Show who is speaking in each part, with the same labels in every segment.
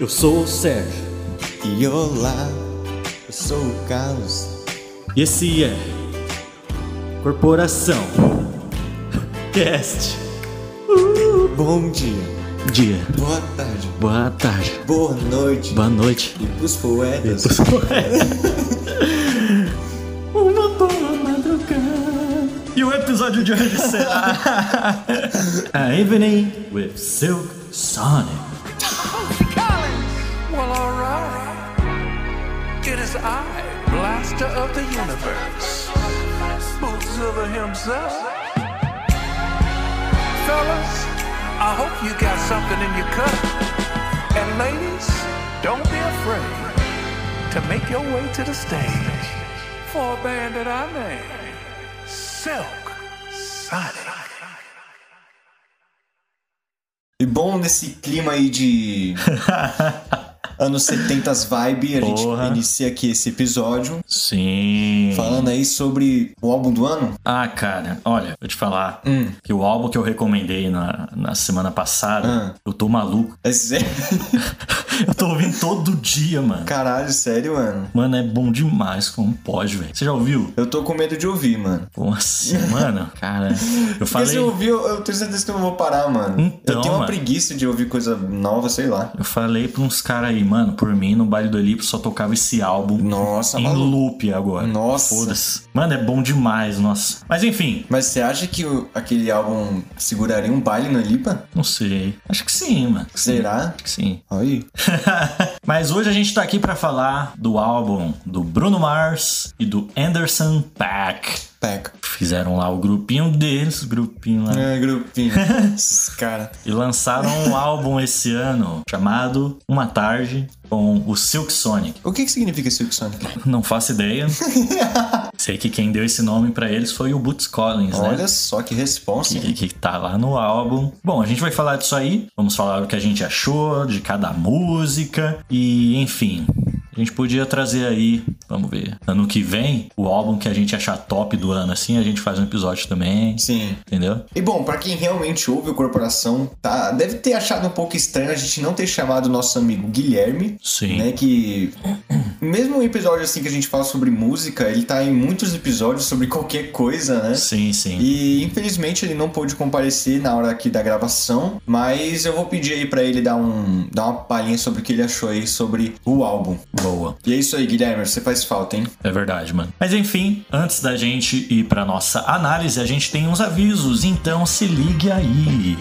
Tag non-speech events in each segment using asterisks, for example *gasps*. Speaker 1: Eu sou o Sérgio
Speaker 2: E olá, eu sou o Carlos.
Speaker 1: e esse é Corporação Cast.
Speaker 2: Bom dia,
Speaker 1: Dia,
Speaker 2: boa tarde,
Speaker 1: boa tarde,
Speaker 2: boa noite.
Speaker 1: boa noite.
Speaker 2: E pros poetas,
Speaker 1: Uma boa madrugada. E o episódio de hoje *laughs* será A Ah, Evening with Silk Sonic.
Speaker 3: Collins. Well, all right. It is I, Blaster of the Universe, Boozilla himself. Fellas, I hope you got something in your cup. And ladies, don't be afraid to make your way to the stage for a band that I named Silk Sonic.
Speaker 2: E bom nesse clima
Speaker 1: *laughs*
Speaker 2: aí de anos 70 vibe, a gente
Speaker 1: Porra.
Speaker 2: inicia aqui esse episódio
Speaker 1: Sim.
Speaker 2: falando aí sobre o álbum do ano.
Speaker 1: Ah, cara, olha, vou te falar que o álbum que eu recomendei na, na semana passada,
Speaker 2: Hum.
Speaker 1: eu tô maluco. *laughs*
Speaker 2: É sério?
Speaker 1: eu tô ouvindo todo dia, mano.
Speaker 2: *laughs* Caralho, sério, mano.
Speaker 1: Mano, é bom demais, como pode, velho. Você já ouviu?
Speaker 2: Eu tô com medo de ouvir, mano.
Speaker 1: Como assim,
Speaker 2: *laughs*
Speaker 1: mano? Cara, eu
Speaker 2: Porque se
Speaker 1: falei,
Speaker 2: eu
Speaker 1: eu
Speaker 2: ouvir, eu, eu tenho certeza que eu não vou parar, mano.
Speaker 1: Então,
Speaker 2: eu tenho uma
Speaker 1: mano.
Speaker 2: preguiça de ouvir coisa nova, sei lá.
Speaker 1: falei pra uns caras aí, mano, por mim, no baile do Elipso só tocava esse álbum
Speaker 2: Nossa,
Speaker 1: em
Speaker 2: maluco.
Speaker 1: loop agora.
Speaker 2: Nossa.
Speaker 1: Foda-se. Mano, é bom demais, nossa. Mas enfim,
Speaker 2: Mas você acha que o- aquele álbum seguraria um baile na Lipa?
Speaker 1: não sei. Acho que sim, mano. Acho que sim.
Speaker 2: Será?
Speaker 1: Acho que sim. *laughs*
Speaker 2: Aí.
Speaker 1: Mas hoje a gente tá aqui pra falar do álbum do Bruno Mars e do Anderson Paak.
Speaker 2: Peca.
Speaker 1: Fizeram lá o grupinho deles, grupinho lá.
Speaker 2: É, *laughs* grupinho. Esses caras.
Speaker 1: E lançaram um álbum esse ano chamado Uma Tarde com o Silk Sonic.
Speaker 2: O que, que significa Silk Sonic?
Speaker 1: Não faço
Speaker 2: *laughs*
Speaker 1: ideia. Sei que quem deu esse nome pra eles foi o Boots Collins, né?
Speaker 2: Olha só é. que responsa.
Speaker 1: que, que tá lá no álbum. Bom, a gente vai falar disso aí. Vamos falar o que a gente achou de cada música e, enfim, a gente podia trazer aí, vamos ver, ano que vem o álbum que a gente achar top do ano. Assim, a gente faz um episódio também,
Speaker 2: Sim.
Speaker 1: entendeu?
Speaker 2: E bom, pra quem realmente ouve o Corporação, tá? Deve ter achado um pouco estranho a gente não ter chamado o nosso amigo Guilherme,
Speaker 1: Sim.
Speaker 2: né? Que mesmo um episódio assim que a gente fala sobre música, ele tá em muitos episódios sobre qualquer coisa, né?
Speaker 1: Sim, sim.
Speaker 2: E infelizmente ele não pôde comparecer na hora aqui da gravação, mas eu vou pedir aí pra ele dar um dar uma palhinha sobre o que ele achou aí sobre o álbum.
Speaker 1: Boa.
Speaker 2: E é isso aí, Guilherme, você faz falta, hein?
Speaker 1: É verdade, mano. Mas enfim, antes da gente ir pra nossa análise, a gente tem uns avisos, então se ligue aí.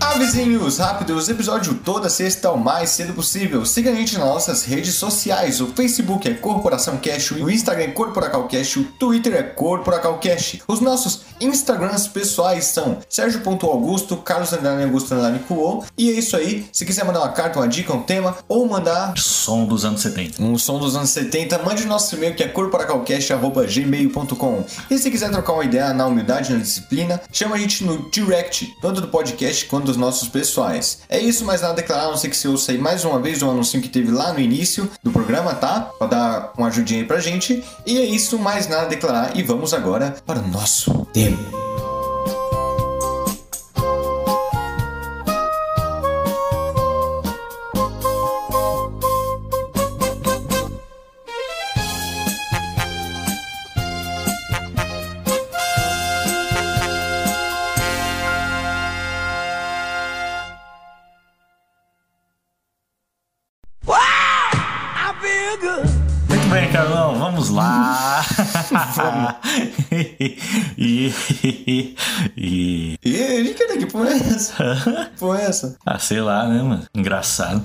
Speaker 2: Avisinhos rápidos, episódio toda sexta o mais cedo possível. Siga a gente nas nossas redes sociais. O Facebook é Corporação Cash, o Instagram é Corporacal Cash, o Twitter é Corporacal Cash. Os nossos Instagrams pessoais são Sérgio.Augusto, Carlos Andrade Augusto Andrade Cuo. E é isso aí. Se quiser mandar uma carta, uma dica, um tema, ou mandar
Speaker 1: Som dos anos 70.
Speaker 2: um som dos anos 70, mande o nosso e-mail que é corporacalcast.gmail.com. E se quiser trocar uma ideia na humildade e na disciplina, chama a gente no direct, tanto do podcast quanto dos nossos pessoais. É isso, mais nada a declarar, a não ser que você ouça aí mais uma vez o anúncio que teve lá no início do programa, tá? Pra dar uma ajudinha aí pra gente. E é isso, mais nada a declarar, e vamos agora para o nosso tema.
Speaker 1: Muito bem, Carlão, vamos lá. *laughs* e, e, e-
Speaker 2: E ele que que porra é essa? Que Porra é essa?
Speaker 1: Ah, sei lá, né, mano? Engraçado.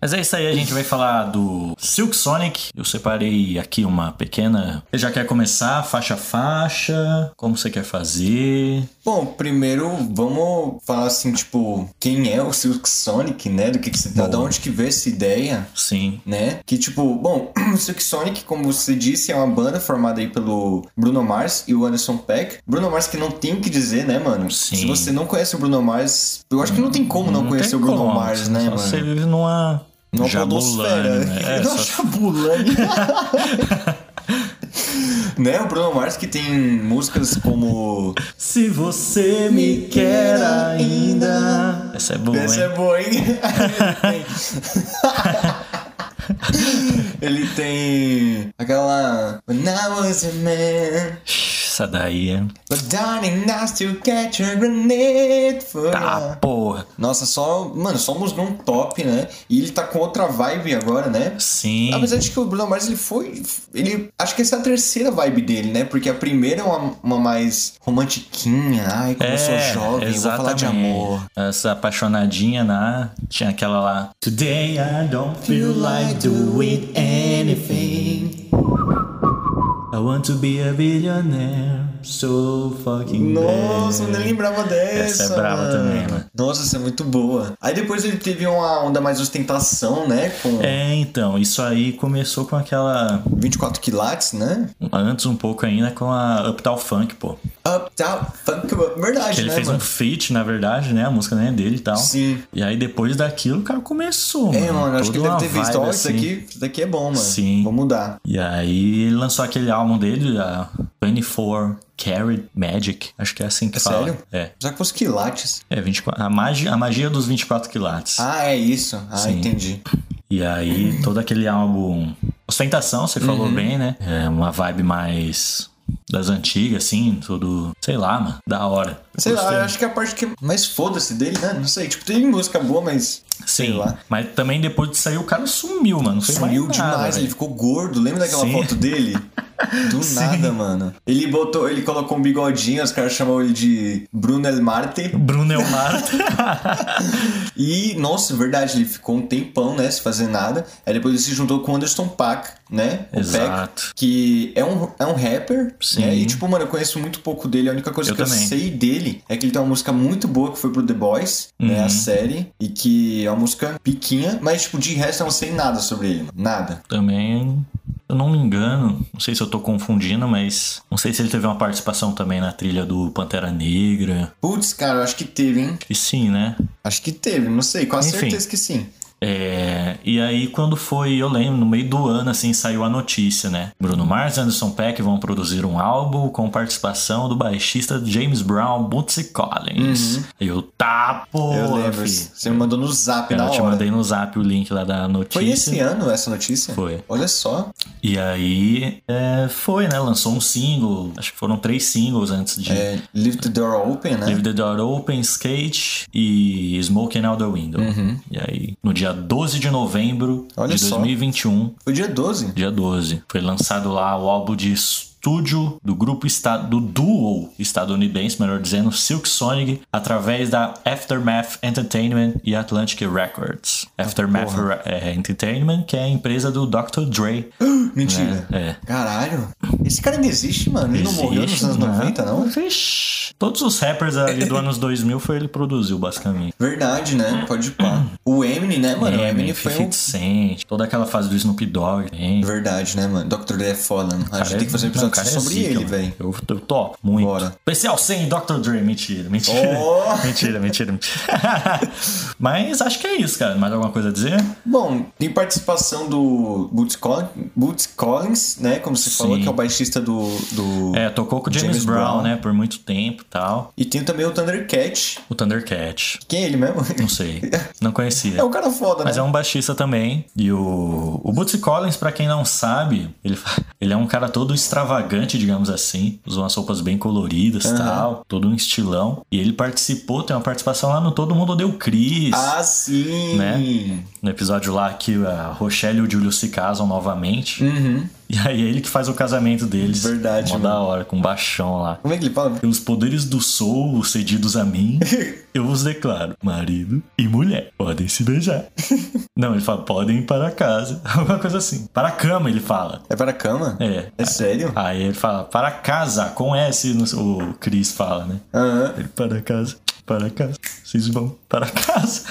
Speaker 1: Mas é isso aí, a gente vai falar do Silk Sonic. Eu separei aqui uma pequena. Você já quer começar faixa a faixa? Como você quer fazer?
Speaker 2: Bom, primeiro vamos falar assim, tipo, quem é o Silk Sonic, né? Do que, que se trata, da
Speaker 1: Boa.
Speaker 2: onde que veio essa ideia,
Speaker 1: Sim.
Speaker 2: né? Que tipo, bom, *clears throat* o Silk Sonic, como você disse, é uma banda formada aí pelo Bruno Mars e o Anderson Peck. Bruno Mars que não tem o que dizer, né, mano?
Speaker 1: Sim. Hum,
Speaker 2: Se você não conhece o Bruno Mars, eu acho que não tem como não,
Speaker 1: Não
Speaker 2: conhecer
Speaker 1: tem
Speaker 2: o Bruno
Speaker 1: como,
Speaker 2: Mars, né,
Speaker 1: só
Speaker 2: mano?
Speaker 1: Você vive numa
Speaker 2: Não
Speaker 1: Jabulani,
Speaker 2: podosfera.
Speaker 1: né?
Speaker 2: *laughs*
Speaker 1: É,
Speaker 2: não,
Speaker 1: só- *laughs*
Speaker 2: Jabulani. *laughs* né? O Bruno Mars que tem músicas como.
Speaker 1: Se você me quer ainda. Essa é boa,
Speaker 2: Essa é
Speaker 1: hein?
Speaker 2: boa,
Speaker 1: *laughs*
Speaker 2: hein? Ele tem aquela. When I was a man,
Speaker 1: Essa daí, hein?
Speaker 2: but darling, nice to catch a grenade for.
Speaker 1: Tá, porra.
Speaker 2: Nossa, só. Mano, somos num top, né? E ele tá com outra vibe agora, né?
Speaker 1: Sim.
Speaker 2: Apesar de que o Bruno Mars, ele foi. Ele. Acho que essa é a terceira vibe dele, né? Porque a primeira é uma, uma mais romantiquinha. Ai, como eu sou jovem, eu vou falar de amor.
Speaker 1: É, Essa apaixonadinha na. Tinha aquela lá. Today I don't feel like doing anything. I want to be a billionaire. So fucking
Speaker 2: Nossa, eu
Speaker 1: bad.
Speaker 2: nem lembrava dessa.
Speaker 1: Né? Essa é brava
Speaker 2: mano.
Speaker 1: também, né?
Speaker 2: Nossa, essa é muito boa. Aí depois ele teve uma onda mais ostentação, né? Com
Speaker 1: É, então, isso aí começou com aquela.
Speaker 2: 24 quilates, né?
Speaker 1: Antes um pouco ainda com a Uptown Funk, pô.
Speaker 2: Up, down, funk, up. verdade,
Speaker 1: Que ele
Speaker 2: né?
Speaker 1: fez um
Speaker 2: mano?
Speaker 1: feat, na verdade, né? A música nem é dele e tal.
Speaker 2: Sim.
Speaker 1: E aí depois daquilo o cara começou,
Speaker 2: É, mano,
Speaker 1: Toda
Speaker 2: acho que ele deve
Speaker 1: uma
Speaker 2: ter visto.
Speaker 1: vibe
Speaker 2: Ó, isso
Speaker 1: assim.
Speaker 2: daqui, isso daqui é bom, mano.
Speaker 1: Sim.
Speaker 2: Vou mudar.
Speaker 1: E aí ele lançou aquele álbum dele, a 24 Carried Magic. Acho que é assim que
Speaker 2: É
Speaker 1: fala.
Speaker 2: sério?
Speaker 1: É.
Speaker 2: Já com os quilates.
Speaker 1: É, 24, a, magia, a magia dos 24 quilates.
Speaker 2: Ah, é isso. Ah,
Speaker 1: Sim.
Speaker 2: entendi.
Speaker 1: E aí, todo aquele álbum. Ostentação, você falou
Speaker 2: Uhum.
Speaker 1: bem, né? É uma vibe mais das antigas, assim, tudo. Sei lá, mano. Da hora. Eu
Speaker 2: Sei lá,
Speaker 1: gostei.
Speaker 2: eu acho que é a parte que é mais foda-se dele, né? Não sei. Tipo, tem música boa, mas.
Speaker 1: Sim.
Speaker 2: sei lá.
Speaker 1: Mas também depois de sair, o cara sumiu, mano. Não fez mais
Speaker 2: Sumiu
Speaker 1: nada,
Speaker 2: demais,
Speaker 1: velho.
Speaker 2: ele ficou gordo. Lembra daquela
Speaker 1: Sim. *laughs*
Speaker 2: foto dele? Do nada, mano. Ele botou, ele colocou um bigodinho, os caras chamam ele de Bruno El Marte.
Speaker 1: Bruno Elmato.
Speaker 2: E, nossa, verdade, ele ficou um tempão, né, sem fazer nada. Aí depois ele se juntou com o Anderson Paak, né? O
Speaker 1: Exato.
Speaker 2: Paak, que é um, é um rapper,
Speaker 1: Sim.
Speaker 2: né? E, tipo, mano, eu conheço muito pouco dele. A única coisa
Speaker 1: Eu
Speaker 2: que
Speaker 1: também.
Speaker 2: eu sei dele é que ele tem uma música muito boa que foi pro The Boys, né?
Speaker 1: Uhum.
Speaker 2: A série. E que é uma música piquinha, mas, tipo, de resto eu não sei nada sobre ele. mano. Nada.
Speaker 1: *laughs* também, eu não me engano, não sei se eu tô confundindo, mas não sei se ele teve uma participação também na trilha do Pantera Negra.
Speaker 2: Putz, cara, eu acho que teve, hein?
Speaker 1: E sim, né?
Speaker 2: Acho que teve, não sei, com a
Speaker 1: Enfim.
Speaker 2: certeza que sim.
Speaker 1: É, e aí quando foi, eu lembro, no meio do ano assim saiu a notícia, né? Bruno Mars e Anderson Peck vão produzir um álbum com participação do baixista James Brown, Bootsy Collins. E eu tá, pô,
Speaker 2: Uhum. eu lembro.
Speaker 1: fi.
Speaker 2: Você me mandou no zap na
Speaker 1: Eu te
Speaker 2: hora.
Speaker 1: mandei no zap o link lá da notícia.
Speaker 2: Foi esse ano essa notícia?
Speaker 1: Foi.
Speaker 2: Olha só.
Speaker 1: E aí é, foi, né? Lançou um single. Acho que foram três singles antes de
Speaker 2: É, Leave the Door Open, né?
Speaker 1: Leave the Door Open, Skate e Smoking Out the Window. E aí, no dia 12 de novembro
Speaker 2: Uhum. Olha
Speaker 1: de
Speaker 2: só.
Speaker 1: 2021,
Speaker 2: Foi dia 12.
Speaker 1: dia 12, foi lançado lá o álbum de estúdio do grupo esta- do duo estadunidense, melhor dizendo, Silk Sonic, através da Aftermath Entertainment e Atlantic Records. Aftermath Re- é, Entertainment, que é a empresa do Dr. Dre.
Speaker 2: *gasps* Mentira.
Speaker 1: É, é.
Speaker 2: Caralho. Esse cara ainda existe, mano. Ele não morreu nos
Speaker 1: Existe,
Speaker 2: anos
Speaker 1: né?
Speaker 2: 90, não?
Speaker 1: Vixe. Todos os rappers ali do anos 2000 foi ele que produziu, basicamente.
Speaker 2: Verdade, né? Pode pá. O Eminem, né, mano? o Eminem foi um...
Speaker 1: 50 Cent, toda aquela fase do Snoop Dogg, hein?
Speaker 2: Verdade, né, mano? Dr. Dre é foda, mano. A
Speaker 1: Cara,
Speaker 2: gente tem que fazer um
Speaker 1: não,
Speaker 2: episódio
Speaker 1: cara, é
Speaker 2: sobre
Speaker 1: zica,
Speaker 2: ele,
Speaker 1: mano.
Speaker 2: velho.
Speaker 1: Eu, eu topo muito.
Speaker 2: Bora.
Speaker 1: Especial sem Dr. Dre, mentira, mentira.
Speaker 2: Oh!
Speaker 1: *laughs* Mentira, mentira, *laughs* mentira. Mas acho que é isso, cara. Mais alguma coisa a dizer?
Speaker 2: Bom, tem participação do Boots, Col- Boots Collins, né? Como você falou,
Speaker 1: Sim.
Speaker 2: que é o baixista do... do...
Speaker 1: É, tocou com o James,
Speaker 2: James
Speaker 1: Brown,
Speaker 2: Brown.
Speaker 1: né, por muito tempo e tal.
Speaker 2: E tem também o Thundercat.
Speaker 1: O Thundercat.
Speaker 2: Quem é ele mesmo?
Speaker 1: Não sei. Não conhecia.
Speaker 2: *laughs* É um cara foda,
Speaker 1: Mas é
Speaker 2: né?
Speaker 1: um baixista também. E o, o Bootsy Collins, pra quem não sabe, ele, fa- *laughs* ele é um cara todo extravagante, digamos assim. Usa umas roupas bem coloridas e tal. Todo um estilão. E ele participou, tem uma participação lá no Todo Mundo Odeia o Chris.
Speaker 2: Ah, sim!
Speaker 1: Né? No episódio lá que a Rochelle e o Julius se casam novamente.
Speaker 2: Uhum.
Speaker 1: E aí é ele que faz o casamento deles.
Speaker 2: Hum. Verdade,
Speaker 1: Mó
Speaker 2: mano.
Speaker 1: da hora, com um baixão lá.
Speaker 2: Como é que ele fala?
Speaker 1: Pelos poderes do Soul cedidos a
Speaker 2: *laughs*
Speaker 1: mim, eu vos declaro: marido e mulher podem se
Speaker 2: *laughs*
Speaker 1: beijar. Não, ele fala: podem ir para casa. *laughs* Alguma coisa assim. Para a cama, ele fala.
Speaker 2: É para a cama?
Speaker 1: É.
Speaker 2: É sério?
Speaker 1: Aí ele fala: para casa, com S, no- o Chris fala, né?
Speaker 2: Aham.
Speaker 1: Ele, Para casa, para casa, vocês vão para casa.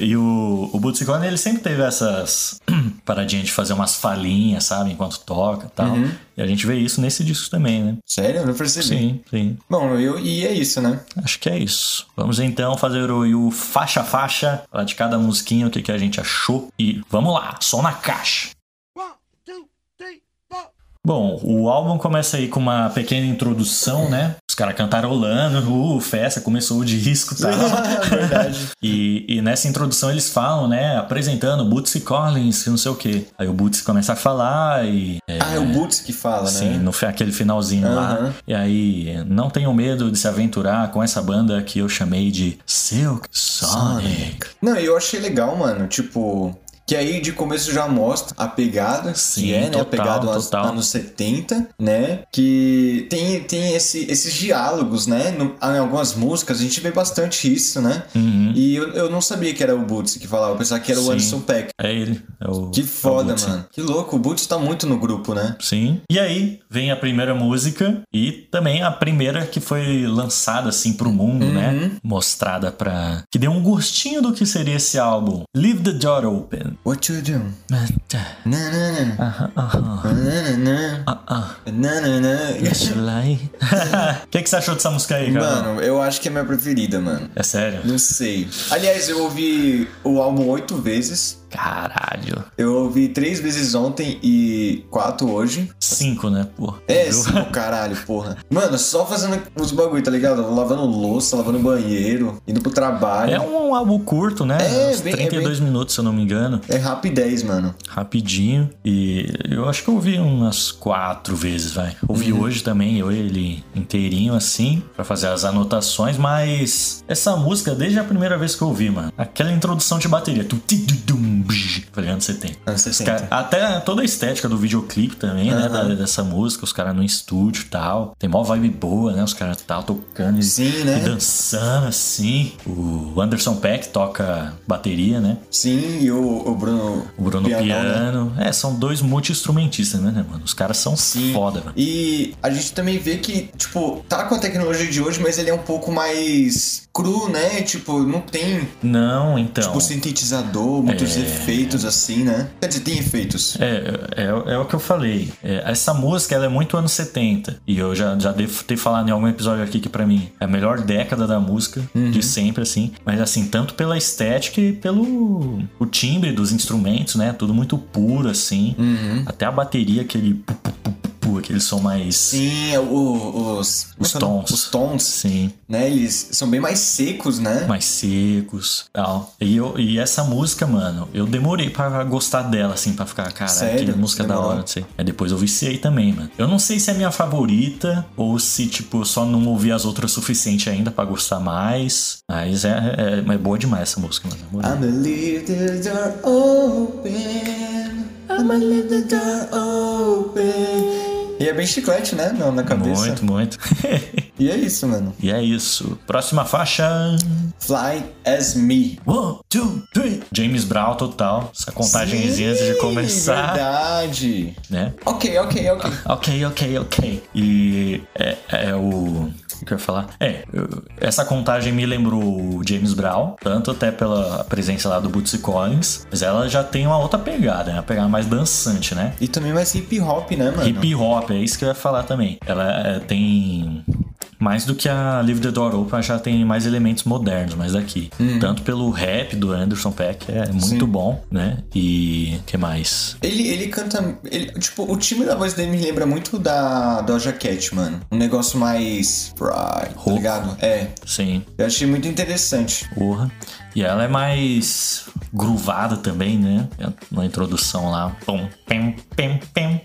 Speaker 1: e o, o Bootsy Collins, ele sempre teve essas *clears throat* paradinhas de fazer umas falinhas, sabe? Enquanto toca e tal. E a gente vê isso nesse disco também, né?
Speaker 2: Sério? Eu não percebi.
Speaker 1: Sim, sim. *laughs*
Speaker 2: Bom, eu, e é isso, né?
Speaker 1: Acho que é isso. Vamos então fazer o, o faixa a faixa, falar de cada musiquinha, o que, que a gente achou. E vamos lá, som na caixa. Bom, o álbum começa aí com uma pequena introdução, né? Os caras cantarolando, uh, festa, começou o disco e
Speaker 2: *laughs*
Speaker 1: tal.
Speaker 2: Verdade.
Speaker 1: E, e nessa introdução eles falam, né? Apresentando Bootsy Collins, que não sei o quê. Aí o Bootsy começa a falar e. é,
Speaker 2: Ah, é o Boots que fala,
Speaker 1: Sim,
Speaker 2: né?
Speaker 1: no, fi- aquele finalzinho
Speaker 2: Aham.
Speaker 1: lá. E aí, não tenham medo de se aventurar com essa banda que eu chamei de Silk Sonic.
Speaker 2: Não, e eu achei legal, mano. Tipo, que aí de começo já mostra a pegada, que
Speaker 1: Sim,
Speaker 2: é, né? a
Speaker 1: total,
Speaker 2: pegada anos,
Speaker 1: total.
Speaker 2: anos 70, né? Que tem, tem esse- esses diálogos, né? No- em algumas músicas a gente vê bastante isso, né?
Speaker 1: Uhum.
Speaker 2: E eu, eu não sabia que era o Boots que falava, eu pensava que era o
Speaker 1: Sim.
Speaker 2: Anderson Peck.
Speaker 1: É ele. é o-
Speaker 2: Que
Speaker 1: é o
Speaker 2: foda,
Speaker 1: Bootsy.
Speaker 2: mano. Que louco, o Boots tá muito no grupo, né?
Speaker 1: Sim. E aí vem a primeira música e também a primeira que foi lançada assim pro mundo,
Speaker 2: Uhum.
Speaker 1: né? Mostrada pra. que deu um gostinho do que seria esse álbum. Leave the Door Open.
Speaker 2: What you do? tá. Na, na, na.
Speaker 1: Aham, aham, Ah,
Speaker 2: Na, na, na.
Speaker 1: aham.
Speaker 2: Na, na, na.
Speaker 1: Deixa eu lá aí. O *laughs* que, que você achou dessa música aí, cara?
Speaker 2: Mano, eu acho que é minha preferida, mano.
Speaker 1: É sério?
Speaker 2: Não sei. Aliás, eu ouvi o álbum oito vezes.
Speaker 1: Caralho.
Speaker 2: Eu ouvi três vezes ontem e quatro hoje.
Speaker 1: Cinco, né? Pô.
Speaker 2: É,
Speaker 1: Viu?
Speaker 2: cinco, caralho, porra. Mano, só fazendo os bagulho, tá ligado? Lavando louça, lavando banheiro, indo pro trabalho.
Speaker 1: É um álbum curto, né?
Speaker 2: É,
Speaker 1: Uns
Speaker 2: bem- é
Speaker 1: 32 minutos, se eu não me engano.
Speaker 2: É rapidez, mano.
Speaker 1: Rapidinho. E eu acho que eu ouvi umas quatro vezes, vai. Ouvi
Speaker 2: Uhum.
Speaker 1: hoje também, eu ele inteirinho assim, pra fazer as anotações, mas essa música, desde a primeira vez que eu ouvi, mano, aquela introdução de bateria. tu, ti, du, dum, tá bji, Falei, anos 70.
Speaker 2: Anos 60.
Speaker 1: Cara, até toda a estética do videoclipe também, né? da- dessa música, os caras no estúdio e tal. Tem mó vibe boa, né? Os caras tal tocando e
Speaker 2: Sim,
Speaker 1: e
Speaker 2: né?
Speaker 1: dançando assim. O Anderson Peck toca bateria, né?
Speaker 2: Sim, e o, o Bruno.
Speaker 1: O Bruno Piano.
Speaker 2: Pianão, né?
Speaker 1: É, são dois multi-instrumentistas, né, né, mano? Os caras são
Speaker 2: Sim.
Speaker 1: foda, mano.
Speaker 2: E a gente também vê que, tipo, tá com a tecnologia de hoje, mas ele é um pouco mais cru, né? Tipo, não tem,
Speaker 1: Não, então.
Speaker 2: tipo, sintetizador, muitos efeitos assim, né? Quer dizer, tem efeitos.
Speaker 1: É, é, é o que eu falei. É, essa música ela é muito anos 70. E eu já, já devo ter falado em algum episódio aqui que, pra mim, é a melhor década da música de sempre, assim. Mas, assim, tanto pela estética e pelo o timbre dos instrumentos, né? Tudo muito puro, assim.
Speaker 2: Uhum.
Speaker 1: Até a bateria, aquele. Pu, pu, pu, pu, pu, aquele som mais.
Speaker 2: Sim, é o- os,
Speaker 1: Os
Speaker 2: como é que é?
Speaker 1: tons.
Speaker 2: Os tons,
Speaker 1: Sim,
Speaker 2: né? Eles são bem mais secos, né?
Speaker 1: mais secos tal. E, eu, e essa música, mano, eu demorei pra gostar dela, assim, pra ficar,
Speaker 2: Sério?
Speaker 1: caralho, que música da
Speaker 2: Demorou?
Speaker 1: hora, não sei. Aí depois eu viciei também, mano. Eu não sei se é minha favorita ou se, tipo, eu só não ouvi as outras o suficiente ainda pra gostar mais. Mas é, é, mas é boa demais essa música, mano.
Speaker 2: I'ma leave the door open. I'ma leave the door open. E é bem chiclete, né? Na, na cabeça.
Speaker 1: Muito, muito. *laughs*
Speaker 2: E é isso, mano.
Speaker 1: e é isso. Próxima faixa.
Speaker 2: Fly as me.
Speaker 1: One, two, three. James Brown total. Essa contagemzinha antes de
Speaker 2: Sim,
Speaker 1: começar,
Speaker 2: Verdade.
Speaker 1: né?
Speaker 2: Ok, ok, ok.
Speaker 1: Ok, ok, ok. E é, é o. O que eu ia falar? É, eu- essa contagem me lembrou o James Brown, tanto até pela presença lá do Bootsy Collins, mas ela já tem uma outra pegada, né? Uma pegada mais dançante, né?
Speaker 2: E também mais hip hop, né, mano?
Speaker 1: Hip hop, é isso que eu ia falar também. Ela é, tem. Mais do que a Live the Door Open, ela já tem mais elementos modernos, mas daqui. Tanto pelo rap do Anderson Peck, é muito bom, né? E. que mais?
Speaker 2: Ele, ele canta. ele- tipo, o timbre da voz dele me lembra muito da Doja Cat, mano. Um negócio mais. Fry, tá
Speaker 1: Rouco.
Speaker 2: ligado? É.
Speaker 1: Sim.
Speaker 2: Eu achei muito interessante. *laughs*
Speaker 1: Porra. E ela é mais groovada também, né? Na introdução lá. Pum, pim, pim, pim.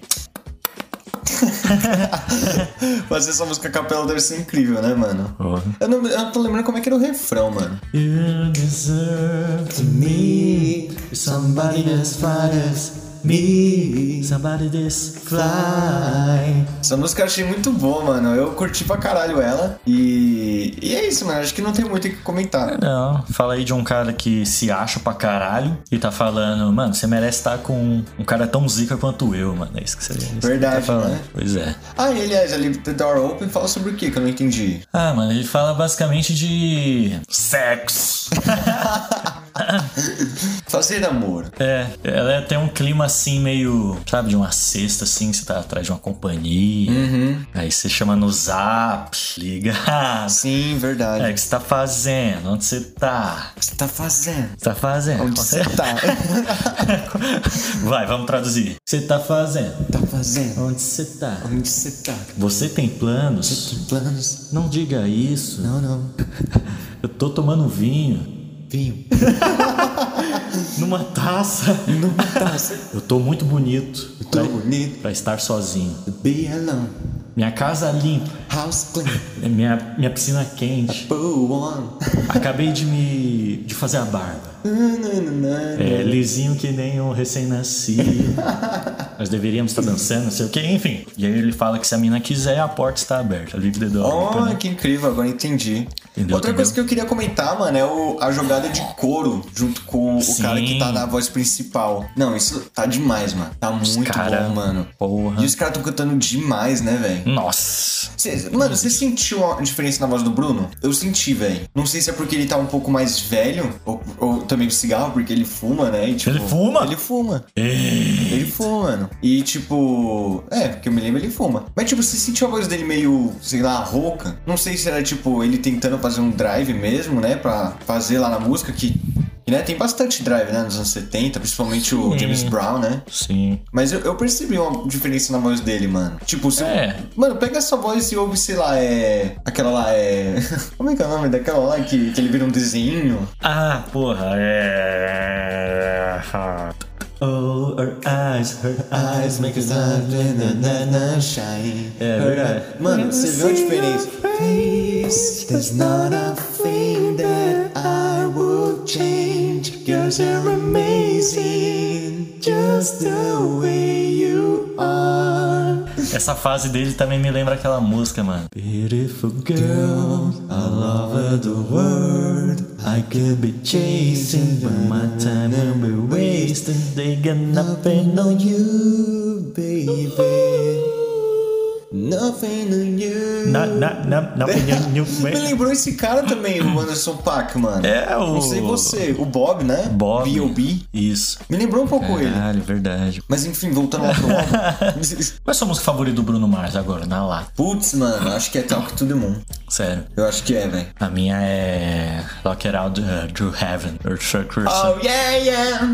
Speaker 2: Fazer essa música a capela deve ser incrível, né, mano?
Speaker 1: Porra.
Speaker 2: Eu não, eu não tô lembrando como é que era o refrão, mano.
Speaker 1: You deserve to me somebody as fine as me, somebody this fly.
Speaker 2: Essa música eu achei muito boa, mano. Eu curti pra caralho ela. E, e é isso, mano. Acho que não tem muito o que comentar.
Speaker 1: Não, É, fala aí de um cara que se acha pra caralho e tá falando, mano, você merece estar com um cara tão zica quanto eu, mano. É isso que você é isso que você
Speaker 2: Verdade,
Speaker 1: tá falando.
Speaker 2: né?
Speaker 1: Pois é.
Speaker 2: Ah, e aliás, a Leave the Door Open fala sobre o quê? Que eu não entendi.
Speaker 1: Ah, mano, ele fala basicamente de sexo.
Speaker 2: Fazer amor.
Speaker 1: É, ela tem um clima assim, meio, sabe, de uma cesta, assim, que você tá atrás de uma companhia.
Speaker 2: Uhum.
Speaker 1: Aí você chama no zap, liga. *laughs*
Speaker 2: Sim,
Speaker 1: É, o
Speaker 2: verdade.
Speaker 1: que você tá fazendo? Onde você tá?
Speaker 2: O que você tá fazendo?
Speaker 1: O que você tá fazendo?
Speaker 2: Onde você tá?
Speaker 1: *laughs* Vai, vamos traduzir. O que Você tá fazendo?
Speaker 2: tá fazendo?
Speaker 1: Onde você tá?
Speaker 2: Onde você tá?
Speaker 1: Você tem planos?
Speaker 2: Que planos?
Speaker 1: Não diga isso.
Speaker 2: Não, não.
Speaker 1: Eu tô tomando vinho
Speaker 2: Vinho.
Speaker 1: numa taça.
Speaker 2: Numa
Speaker 1: *laughs*
Speaker 2: taça.
Speaker 1: Eu tô muito bonito
Speaker 2: Eu tá tô bonito.
Speaker 1: pra estar sozinho.
Speaker 2: Be alone.
Speaker 1: Minha casa limpa,
Speaker 2: House clean.
Speaker 1: minha, minha piscina quente.
Speaker 2: Go on.
Speaker 1: Acabei de me de fazer a barba.
Speaker 2: Nananana.
Speaker 1: É, lisinho que nem um recém-nascido. Nós deveríamos estar dançando, não sei o que, enfim. E aí ele fala que se a mina quiser, a porta está aberta. Livre the door. open,
Speaker 2: Oh,
Speaker 1: né?
Speaker 2: que incrível, agora entendi.
Speaker 1: Entendeu,
Speaker 2: Outra coisa
Speaker 1: entendeu?
Speaker 2: que eu queria comentar, mano, é o- a jogada de couro junto com o
Speaker 1: Sim.
Speaker 2: cara que tá na voz principal. Não, isso tá demais, mano. Tá muito
Speaker 1: cara-
Speaker 2: bom, mano.
Speaker 1: Porra.
Speaker 2: E os caras tão cantando demais, né, velho?
Speaker 1: Nossa.
Speaker 2: Cê- Mano, você sentiu a diferença na voz do Bruno? Eu senti, velho. Não sei se é porque ele tá um pouco mais velho, ou, ou também de cigarro, porque ele fuma, né? E, tipo,
Speaker 1: Ele fuma?
Speaker 2: Ele fuma.
Speaker 1: Ei.
Speaker 2: Ele fuma, mano. E tipo. É, porque eu me lembro ele fuma. Mas tipo, você sentiu a voz dele meio, sei lá, rouca? Não sei se era tipo ele tentando fazer um drive mesmo, né? Pra fazer lá na música que. que, né, tem bastante drive, né? Nos anos 70, principalmente o
Speaker 1: Sim.
Speaker 2: James Brown, né?
Speaker 1: Sim.
Speaker 2: Mas eu, eu percebi uma diferença na voz dele, mano. Tipo, você.
Speaker 1: É.
Speaker 2: Mano, pega essa voz e ouve, sei lá, é. Aquela lá é. *laughs* Como é que é o nome daquela lá que, que ele vira um desenho?
Speaker 1: Ah, porra. É. Oh, her eyes, her eyes make us É verdade.
Speaker 2: Mano, você viu a diferença? Face, there's not a thing that I would change. Cause you're amazing, just the way you are.
Speaker 1: Essa fase dele também me lembra aquela música, mano. Beautiful girl, I love the world. I could be chasing, but my time will be wasted. They got nothing on you.
Speaker 2: you, baby. Nothing on you.
Speaker 1: Not, not, not, nothing on you,
Speaker 2: Me
Speaker 1: man.
Speaker 2: lembrou esse cara também, o Anderson Paak, mano.
Speaker 1: *laughs* É, o-
Speaker 2: Não sei você, o Bob, né?
Speaker 1: Bob. É.
Speaker 2: B.O.B.
Speaker 1: Isso.
Speaker 2: Me lembrou um pouco ele.
Speaker 1: Caralho, verdade.
Speaker 2: Mas enfim, voltando lá pro álbum.
Speaker 1: *laughs* Qual é a sua música favorita do Bruno Mars agora, na lata?
Speaker 2: Putz, mano, acho que é Talk to the Moon.
Speaker 1: Sério.
Speaker 2: Eu acho que é, velho.
Speaker 1: A minha é Lock It Out uh, to Heaven, Earth Suckers.
Speaker 2: Oh yeah, yeah.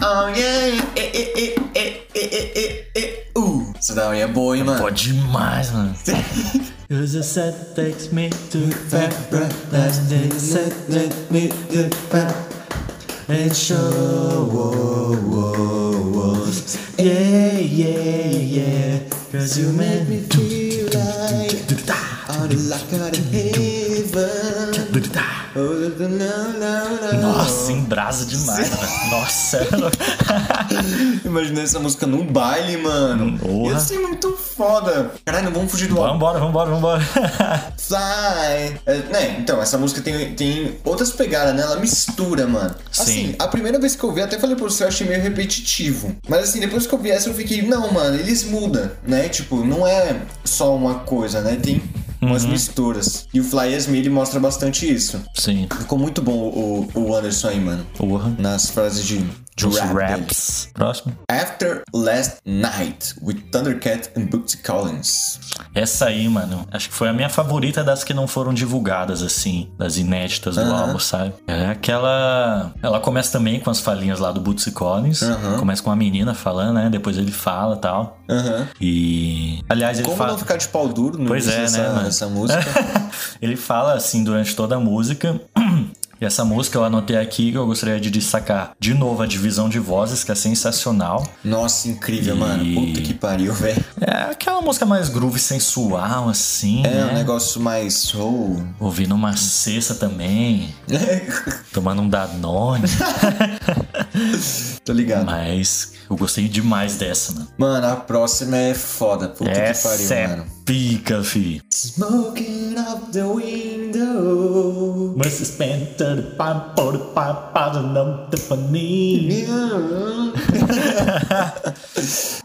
Speaker 2: Oh yeah, yeah. Eh, eh, eh, eh, eh, eh, eh, eh. Uh. Essa daí é boa, hein, mano.
Speaker 1: Pô, demais, *laughs* mano. Cause you said takes me to paradise, you said let me to and show, oh, oh, oh. yeah, yeah, yeah, cause you made me
Speaker 2: feel like I'm like out of heaven. Oh, no, no, no.
Speaker 1: Nossa, embrasa demais, velho. Nossa, é *laughs*
Speaker 2: Imaginei essa música num baile, mano.
Speaker 1: Porra.
Speaker 2: Ia ser muito foda. Caralho, vamos fugir do álbum.
Speaker 1: vambora, vambora, vambora.
Speaker 2: Fly. É, né? Então, essa música tem, tem outras pegadas, né? Ela mistura, mano. Assim,
Speaker 1: Sim.
Speaker 2: a primeira vez que eu vi, até falei pra você, eu achei meio repetitivo. Mas assim, depois que eu vi essa, eu fiquei, não, mano, eles mudam, né? Tipo, não é só uma coisa, né? Tem umas
Speaker 1: Uhum.
Speaker 2: misturas. E o Fly As Me, ele mostra bastante isso.
Speaker 1: Sim,
Speaker 2: Ficou muito bom o, o Anderson aí, mano.
Speaker 1: porra.
Speaker 2: Nas frases de, de
Speaker 1: Os
Speaker 2: rap. dele.
Speaker 1: raps. Próximo.
Speaker 2: After Last Night, with Thundercat and Bootsy Collins.
Speaker 1: Essa aí, mano, acho que foi a minha favorita das que não foram divulgadas, assim, das inéditas do
Speaker 2: Aham.
Speaker 1: álbum, sabe? É aquela. Ela começa também com as falinhas lá do Bootsy Collins.
Speaker 2: Aham.
Speaker 1: Começa com a menina falando, né? Depois ele fala e tal.
Speaker 2: Aham.
Speaker 1: E. Aliás, ele
Speaker 2: Como
Speaker 1: fala.
Speaker 2: não ficar de pau duro no
Speaker 1: Pois
Speaker 2: início
Speaker 1: é,
Speaker 2: dessa-
Speaker 1: né, mano?
Speaker 2: dessa música?
Speaker 1: *laughs* ele fala assim durante toda a música. *clears throat* E essa música eu anotei aqui que eu gostaria de destacar de novo a divisão de vozes, que é sensacional.
Speaker 2: Nossa, incrível,
Speaker 1: E-
Speaker 2: mano. Puta que pariu, velho.
Speaker 1: É aquela música mais groove sensual, assim.
Speaker 2: É
Speaker 1: né?
Speaker 2: um negócio mais soul.
Speaker 1: Ouvindo uma cesta também, tomando um
Speaker 2: *laughs*
Speaker 1: Danone.
Speaker 2: *laughs* Tô ligado.
Speaker 1: Mas eu gostei demais dessa, mano.
Speaker 2: Mano, a próxima é foda. Puta que pariu,
Speaker 1: Essa é
Speaker 2: mano.
Speaker 1: pica, fi.
Speaker 2: Smoking up the window.
Speaker 1: Mas suspenta de pá, pô, de pá, pá, de não te panim.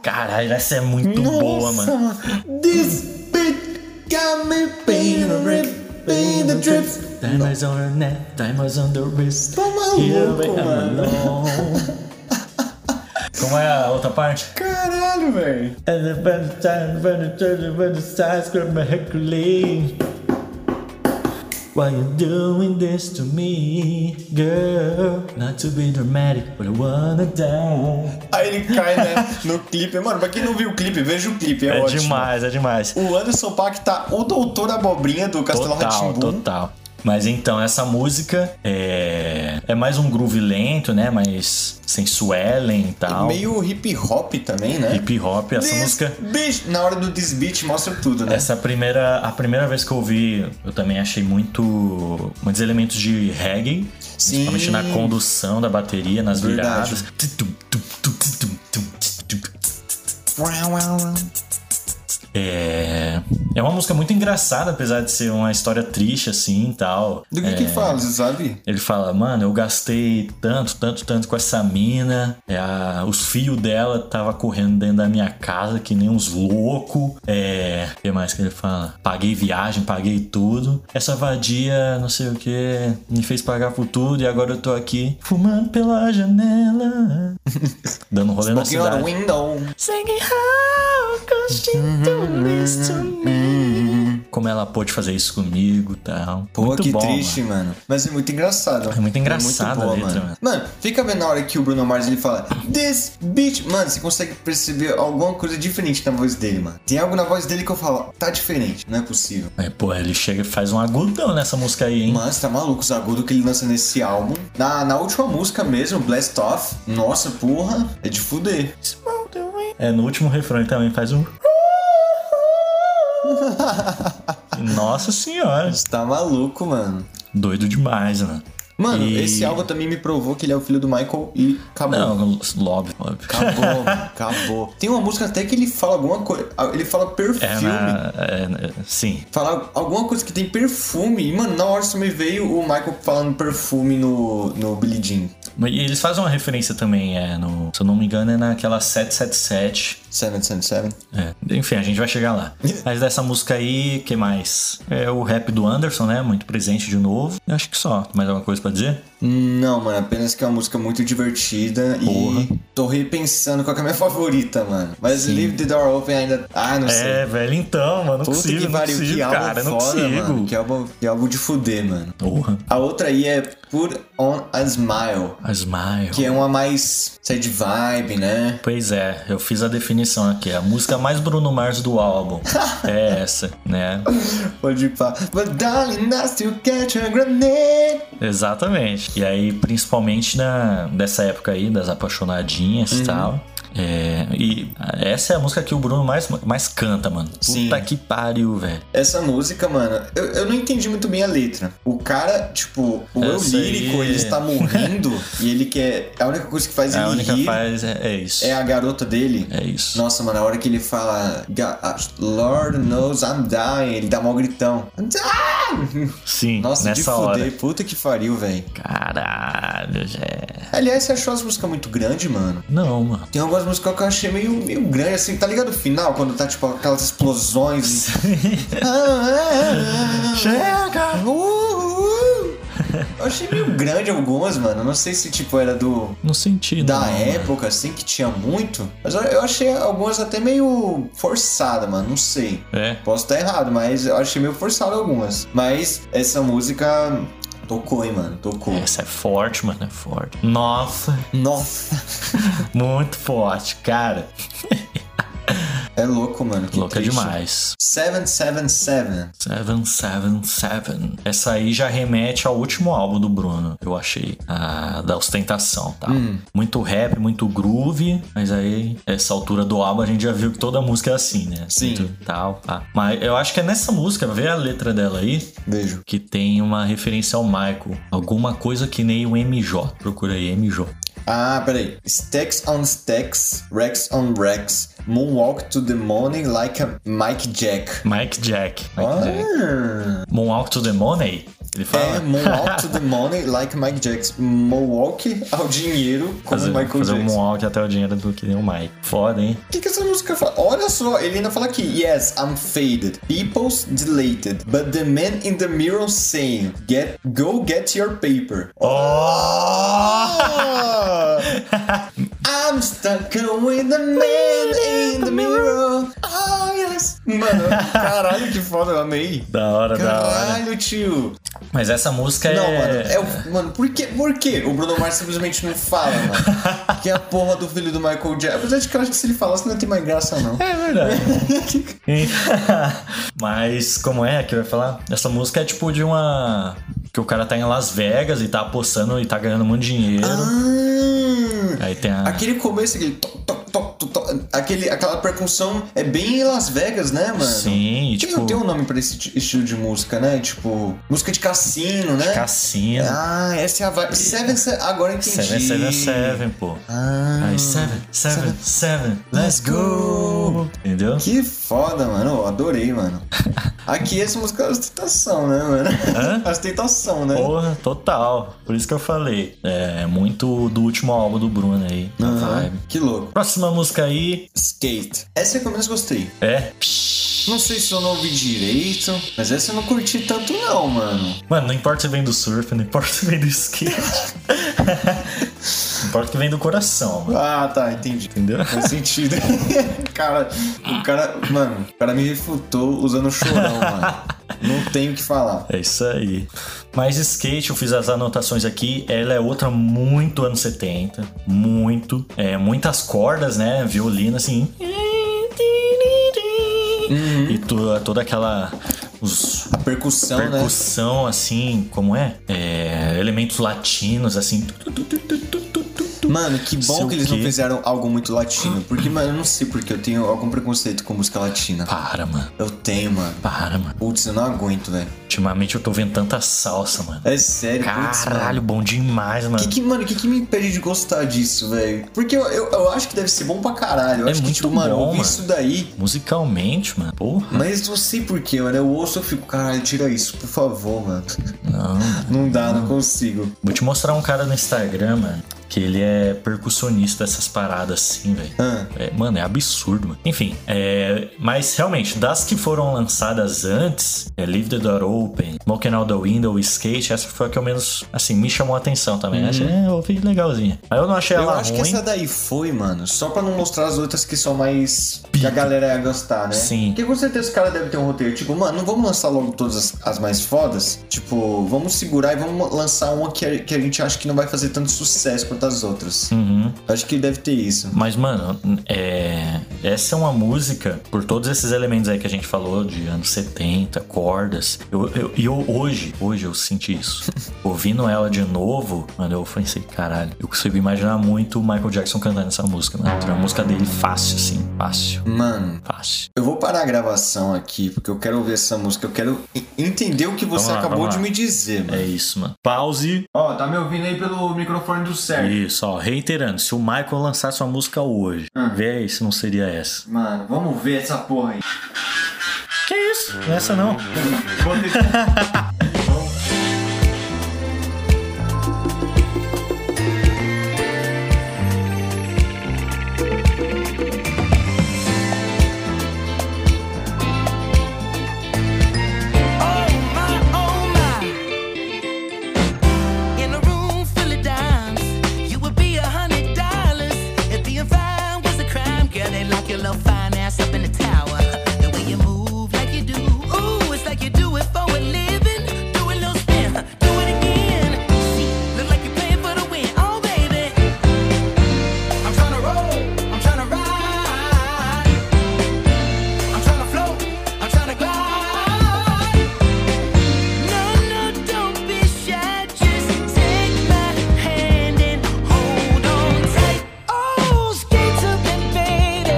Speaker 1: Caralho, essa é muito boa, mano.
Speaker 2: This bit got me pain, rip, pain, the drips.
Speaker 1: Diamonds on her neck, diamonds on the wrist.
Speaker 2: Put my Tá louco, mano.
Speaker 1: Como é a outra parte?
Speaker 2: Caralho, velho.
Speaker 1: Why you doing this to me, girl? Not to be dramatic, but I wanna die.
Speaker 2: Aí ele cai, né, no clipe. Mano, pra quem não viu o clipe, veja o clipe, é,
Speaker 1: É
Speaker 2: ótimo.
Speaker 1: demais, é demais.
Speaker 2: O Anderson Paak tá o doutor abobrinha do Castelo
Speaker 1: Total,
Speaker 2: Ratimbun.
Speaker 1: total. Mas então, essa música é, é mais um groove lento, né? Mais sensuelen e tal.
Speaker 2: é Meio hip hop também, né?
Speaker 1: Hip hop, essa
Speaker 2: This
Speaker 1: música.
Speaker 2: bitch- Na hora do This Beat mostra tudo, né?
Speaker 1: Essa primeira, a primeira vez que eu ouvi, eu também achei muito muitos elementos de reggae,
Speaker 2: Sim.
Speaker 1: principalmente na condução da bateria, nas
Speaker 2: Verdade.
Speaker 1: viradas. Tum, tum, tum, tum, tum, tum, tum. É, é uma música muito engraçada, apesar de ser uma história triste assim, e tal.
Speaker 2: Do que
Speaker 1: É,
Speaker 2: que fala, você sabe?
Speaker 1: Ele fala, mano, eu gastei tanto, tanto, tanto com essa mina. É, a- os fios dela tava correndo dentro da minha casa, que nem uns loucos. É. O que mais que ele fala? Paguei viagem, paguei tudo. Essa vadia, não sei o que, me fez pagar por tudo e agora eu tô aqui fumando pela
Speaker 2: *laughs*
Speaker 1: janela. Dando um rolê na
Speaker 2: Porque on the
Speaker 1: cidade.
Speaker 2: window.
Speaker 1: Singing how could you do this to me? Como ela pôde fazer isso comigo e tal.
Speaker 2: Pô,
Speaker 1: Uhum. Muito
Speaker 2: que
Speaker 1: bom,
Speaker 2: triste,
Speaker 1: mano.
Speaker 2: mano. Mas é muito engraçado.
Speaker 1: É muito engraçada a letra,
Speaker 2: mano. Mano, fica vendo na hora que o Bruno Mars ele fala This bitch. Mano, você consegue perceber alguma coisa diferente na voz dele, mano. Tem algo na voz dele que eu falo, tá diferente, não é possível.
Speaker 1: É, pô, ele chega e faz um agudão nessa música aí, hein?
Speaker 2: Mano, você tá maluco os agudos que ele lança nesse álbum. Na, na última música mesmo, Blast Off. Nossa, porra, é de fuder.
Speaker 1: É, no último refrão ele também faz um.
Speaker 2: *laughs*
Speaker 1: Nossa senhora,
Speaker 2: Você tá maluco, mano.
Speaker 1: doido demais, né?
Speaker 2: Mano,
Speaker 1: E-
Speaker 2: esse álbum também me provou que ele é o filho do Michael e acabou.
Speaker 1: Não, lobby, lobby. *laughs*
Speaker 2: Acabou, mano, acabou. Tem uma música até que ele fala alguma coisa. Ele fala perfume.
Speaker 1: É, na, é, na- sim.
Speaker 2: Falar alguma coisa que tem perfume. E, mano, na hora só me veio o Michael falando perfume no, no Billie Jean.
Speaker 1: Mas eles fazem uma referência também, é, no, se eu não me engano, é naquela 777.
Speaker 2: 777.
Speaker 1: É, Enfim, a gente vai chegar
Speaker 2: *laughs*
Speaker 1: lá. Mas dessa música aí, que mais? É o rap do Anderson, né? Muito presente de novo. Eu acho que só. Mais alguma coisa pra dizer?
Speaker 2: Não, mano, apenas que é uma música muito divertida
Speaker 1: Porra.
Speaker 2: e tô repensando qual que é a minha *laughs* favorita, mano. Mas Leave the Door Open ainda. Ah, não sei.
Speaker 1: É, velho, então, mano, não
Speaker 2: Puta
Speaker 1: consigo,
Speaker 2: que
Speaker 1: não
Speaker 2: pariu,
Speaker 1: consigo,
Speaker 2: que álbum
Speaker 1: cara, não
Speaker 2: foda,
Speaker 1: consigo.
Speaker 2: mano. Que álbum, que álbum de fuder, mano.
Speaker 1: Porra.
Speaker 2: A outra aí é Put On A Smile,
Speaker 1: A Smile.
Speaker 2: que é uma mais sad vibe, né? *laughs*
Speaker 1: Pois é, eu fiz a definição aqui. A música mais Bruno Mars do
Speaker 2: *laughs*
Speaker 1: álbum é essa, né?
Speaker 2: Pode ir pra... But darling, I still catch a grenade.
Speaker 1: Exatamente. E aí, principalmente na, dessa época aí, das apaixonadinhas
Speaker 2: Uhum.
Speaker 1: e tal. É, e essa é a música que o Bruno mais, mais canta, mano. Puta
Speaker 2: Sim.
Speaker 1: que pariu, velho.
Speaker 2: Essa música, mano, eu, eu não entendi muito bem a letra. O cara, tipo, o eu
Speaker 1: Essa aí-
Speaker 2: lírico, ele
Speaker 1: *laughs*
Speaker 2: está morrendo e ele quer. A única coisa que faz
Speaker 1: É
Speaker 2: ele
Speaker 1: a única
Speaker 2: rir
Speaker 1: faz é, é isso.
Speaker 2: é a garota dele.
Speaker 1: É isso.
Speaker 2: Nossa, mano, a hora que ele fala "Ga- ah, Lord knows I'm dying, ele dá mó gritão. I'm dying!
Speaker 1: Sim,
Speaker 2: Nossa, de
Speaker 1: nessa
Speaker 2: fuder,
Speaker 1: hora.
Speaker 2: puta que pariu, velho.
Speaker 1: Caralho, Zé.
Speaker 2: Aliás, você achou as músicas muito grande, mano?
Speaker 1: Não, mano.
Speaker 2: Tem algumas músicas que eu achei meio, meio grande, assim, tá ligado o final, quando tá tipo
Speaker 1: *laughs*
Speaker 2: aquelas explosões. Ah, ah, ah.
Speaker 1: Chega!
Speaker 2: Uh, uh, uh. Eu achei meio grande algumas, mano. Não sei se tipo era do
Speaker 1: Não senti,
Speaker 2: da
Speaker 1: não, mano.
Speaker 2: época assim que tinha muito, mas eu- eu achei algumas até meio forçada, mano. Não sei.
Speaker 1: É.
Speaker 2: Posso estar errado, mas eu achei meio forçado algumas. Mas essa música tocou, hein, mano. Tocou.
Speaker 1: Essa é forte, mano, é forte. Nossa,
Speaker 2: Nossa,
Speaker 1: muito forte, cara.
Speaker 2: é louco, mano. Que
Speaker 1: Louca
Speaker 2: triste.
Speaker 1: demais.
Speaker 2: 777.
Speaker 1: 777. Essa aí já remete ao último álbum do Bruno, eu achei. A da ostentação, tá?
Speaker 2: Hum.
Speaker 1: Muito rap, muito groove, mas aí, essa altura do álbum, a gente já viu que toda música é assim, né?
Speaker 2: Sim.
Speaker 1: Muito tal, pá. Mas eu acho que é nessa música, vê a letra dela aí,
Speaker 2: Beijo.
Speaker 1: que tem uma referência ao Michael. Alguma coisa que nem o MJ. Procura aí, MJ.
Speaker 2: Ah, peraí. Stacks on stacks, racks on racks. Moonwalk to the morning like a Mike Jack.
Speaker 1: Mike Jack. Mike Jack.
Speaker 2: Ah,
Speaker 1: Moonwalk to the Money? Ele fala.
Speaker 2: É Moonwalk to the Money like Mike Jackson. Moonwalk *laughs* ao dinheiro como
Speaker 1: fazer,
Speaker 2: Michael
Speaker 1: fazer um
Speaker 2: Jackson.
Speaker 1: walk até o dinheiro do que nem o Mike. Foda, hein?
Speaker 2: O que, que essa música fala? Olha só, ele ainda fala aqui: Yes, I'm faded, people's delated, but the man in the mirror saying, get, Go get your paper.
Speaker 1: *laughs*
Speaker 2: Oh! I'm stuck with the man in the mirror. Oh, yes. Mano, caralho, que foda, eu amei.
Speaker 1: Da hora, da hora.
Speaker 2: Caralho, tio.
Speaker 1: Mas essa música
Speaker 2: Não,
Speaker 1: é.
Speaker 2: mano, é o, mano por, que, por que o Bruno Mars simplesmente não fala, mano? Que é a porra do filho do Michael Jackson. Apesar de que eu acho que se ele falasse não ia ter mais graça, não.
Speaker 1: *laughs* É verdade. Hein? Mas como é que eu ia falar? Essa música é tipo de uma. Que o cara tá em Las Vegas e tá apostando e tá ganhando muito dinheiro.
Speaker 2: Ah,
Speaker 1: Aí tem a.
Speaker 2: aquele começo, aquele toc, toc, toc, toc, toc, aquele, aquela percussão é bem em Las Vegas, né, mano?
Speaker 1: Sim, e
Speaker 2: Tem,
Speaker 1: tipo.
Speaker 2: tem um nome pra esse ti- estilo de música, né? Tipo, música de cassino, né?
Speaker 1: Cassino.
Speaker 2: Ah, essa é a vibe. Seven, seven, agora eu entendi.
Speaker 1: 777, pô.
Speaker 2: Ah,
Speaker 1: Aí, 777, let's go! Entendeu?
Speaker 2: Que foda, mano. Eu
Speaker 1: *laughs*
Speaker 2: adorei, mano. Aqui essa música é ostentação, né, mano?
Speaker 1: Hã?
Speaker 2: *laughs* Ostentação, né?
Speaker 1: Porra, total. Por isso que eu falei. É muito do último álbum do Bruno aí. A
Speaker 2: Aham.
Speaker 1: vibe.
Speaker 2: Que louco.
Speaker 1: Próxima música aí
Speaker 2: Skate. Essa eu pelo menos gostei.
Speaker 1: é.
Speaker 2: Não sei se eu não ouvi direito, mas essa eu não curti tanto não, mano.
Speaker 1: Mano, não importa se vem do surf, não importa se vem do skate. *laughs* não importa que vem do coração, mano.
Speaker 2: Ah, tá, entendi.
Speaker 1: Entendeu?
Speaker 2: Faz sentido. *laughs* cara, o cara... Mano, o cara me refutou
Speaker 1: *laughs*
Speaker 2: usando chorão, mano. Não tenho o que falar.
Speaker 1: É isso aí. Mas skate, eu fiz as anotações aqui. Ela é outra muito anos 70. Muito. É, muitas cordas, né? Violino, assim.
Speaker 2: Uhum.
Speaker 1: E toda, toda aquela. Os,
Speaker 2: A percussão, né?
Speaker 1: percussão, assim, como é? É, Elementos latinos, assim.
Speaker 2: Mano, que
Speaker 1: Sei
Speaker 2: bom
Speaker 1: o
Speaker 2: que eles não
Speaker 1: quê.
Speaker 2: fizeram algo muito latino. Porque, mano, eu não sei porque eu tenho algum preconceito com música latina.
Speaker 1: Para, mano.
Speaker 2: Eu tenho, mano.
Speaker 1: Para, mano.
Speaker 2: Putz, eu não aguento, velho.
Speaker 1: Ultimamente eu tô vendo tanta salsa, mano.
Speaker 2: É sério, putz, mano.
Speaker 1: Caralho, bom demais, mano.
Speaker 2: Que que, mano, o que, que me impede de gostar disso, velho? Porque eu, eu, eu acho que deve ser bom pra caralho. Eu
Speaker 1: É
Speaker 2: acho que,
Speaker 1: muito
Speaker 2: tipo, mano, eu
Speaker 1: bom,
Speaker 2: ouvi
Speaker 1: mano.
Speaker 2: isso daí.
Speaker 1: Musicalmente, mano. Porra.
Speaker 2: Mas não sei porquê, mano. Eu ouço e eu fico, caralho, tira isso, por favor, mano. *laughs*
Speaker 1: Não.
Speaker 2: Não dá,
Speaker 1: Hum.
Speaker 2: não consigo.
Speaker 1: Vou te mostrar um cara no Instagram, mano. Que ele é percussionista dessas paradas assim, velho.
Speaker 2: Ah.
Speaker 1: É, mano, é absurdo, mano. Enfim, é, mas realmente, das que foram lançadas antes, é Leave the Door Open, Smoking Out the Window, Skate, essa foi a que eu menos, assim, me chamou a atenção também. Achei, é, eu ouvi legalzinha. Mas eu não achei
Speaker 2: Uhum. Eu
Speaker 1: ela
Speaker 2: acho
Speaker 1: ruim.
Speaker 2: que essa daí foi, mano. Só pra não mostrar as outras que são mais. que a galera ia gostar, né?
Speaker 1: Sim.
Speaker 2: Porque com certeza os caras devem ter um roteiro. Tipo, mano, não vamos lançar logo todas as, as mais fodas. Tipo, vamos segurar e vamos lançar uma que a, que a gente acha que não vai fazer tanto sucesso quanto as outras.
Speaker 1: Uhum.
Speaker 2: Acho que deve ter isso.
Speaker 1: Mas, mano, é... essa é uma música, por todos esses elementos aí que a gente falou, de anos 70, cordas. E eu, eu, e eu hoje, hoje eu senti isso. Ouvindo ela de novo, mano, eu pensei, caralho, eu consigo imaginar muito o Michael Jackson cantando essa música, mano. É uma música dele fácil, assim, fácil,
Speaker 2: Mano,
Speaker 1: fácil.
Speaker 2: eu vou parar a gravação aqui, porque eu quero ouvir essa música. Eu quero e- entender o que você
Speaker 1: Vamos lá,
Speaker 2: acabou
Speaker 1: vamos
Speaker 2: de
Speaker 1: lá.
Speaker 2: me dizer, mano.
Speaker 1: É isso, mano. Pause.
Speaker 2: Ó, tá me ouvindo aí pelo microfone do Sérgio.
Speaker 1: Isso, ó, reiterando, se o Michael lançasse uma música hoje, vê aí se não seria essa.
Speaker 2: Mano, vamos ver essa porra aí.
Speaker 1: Que isso? Não é essa não.
Speaker 4: Oh my, oh my. In a room full of dimes, you would be a hundred dollars if being fine was a crime. Girl, they lock your little fine ass up in the tower. The way you move, like you do, ooh, it's like you do it for a living. Do a little spin, do it again. See, look like you're playing for the win. Oh baby, I'm tryna roll, I'm tryna ride, I'm tryna float, I'm tryna glide. No, no, don't be shy. Just take my hand and hold on tight. Oh, skate to me, baby.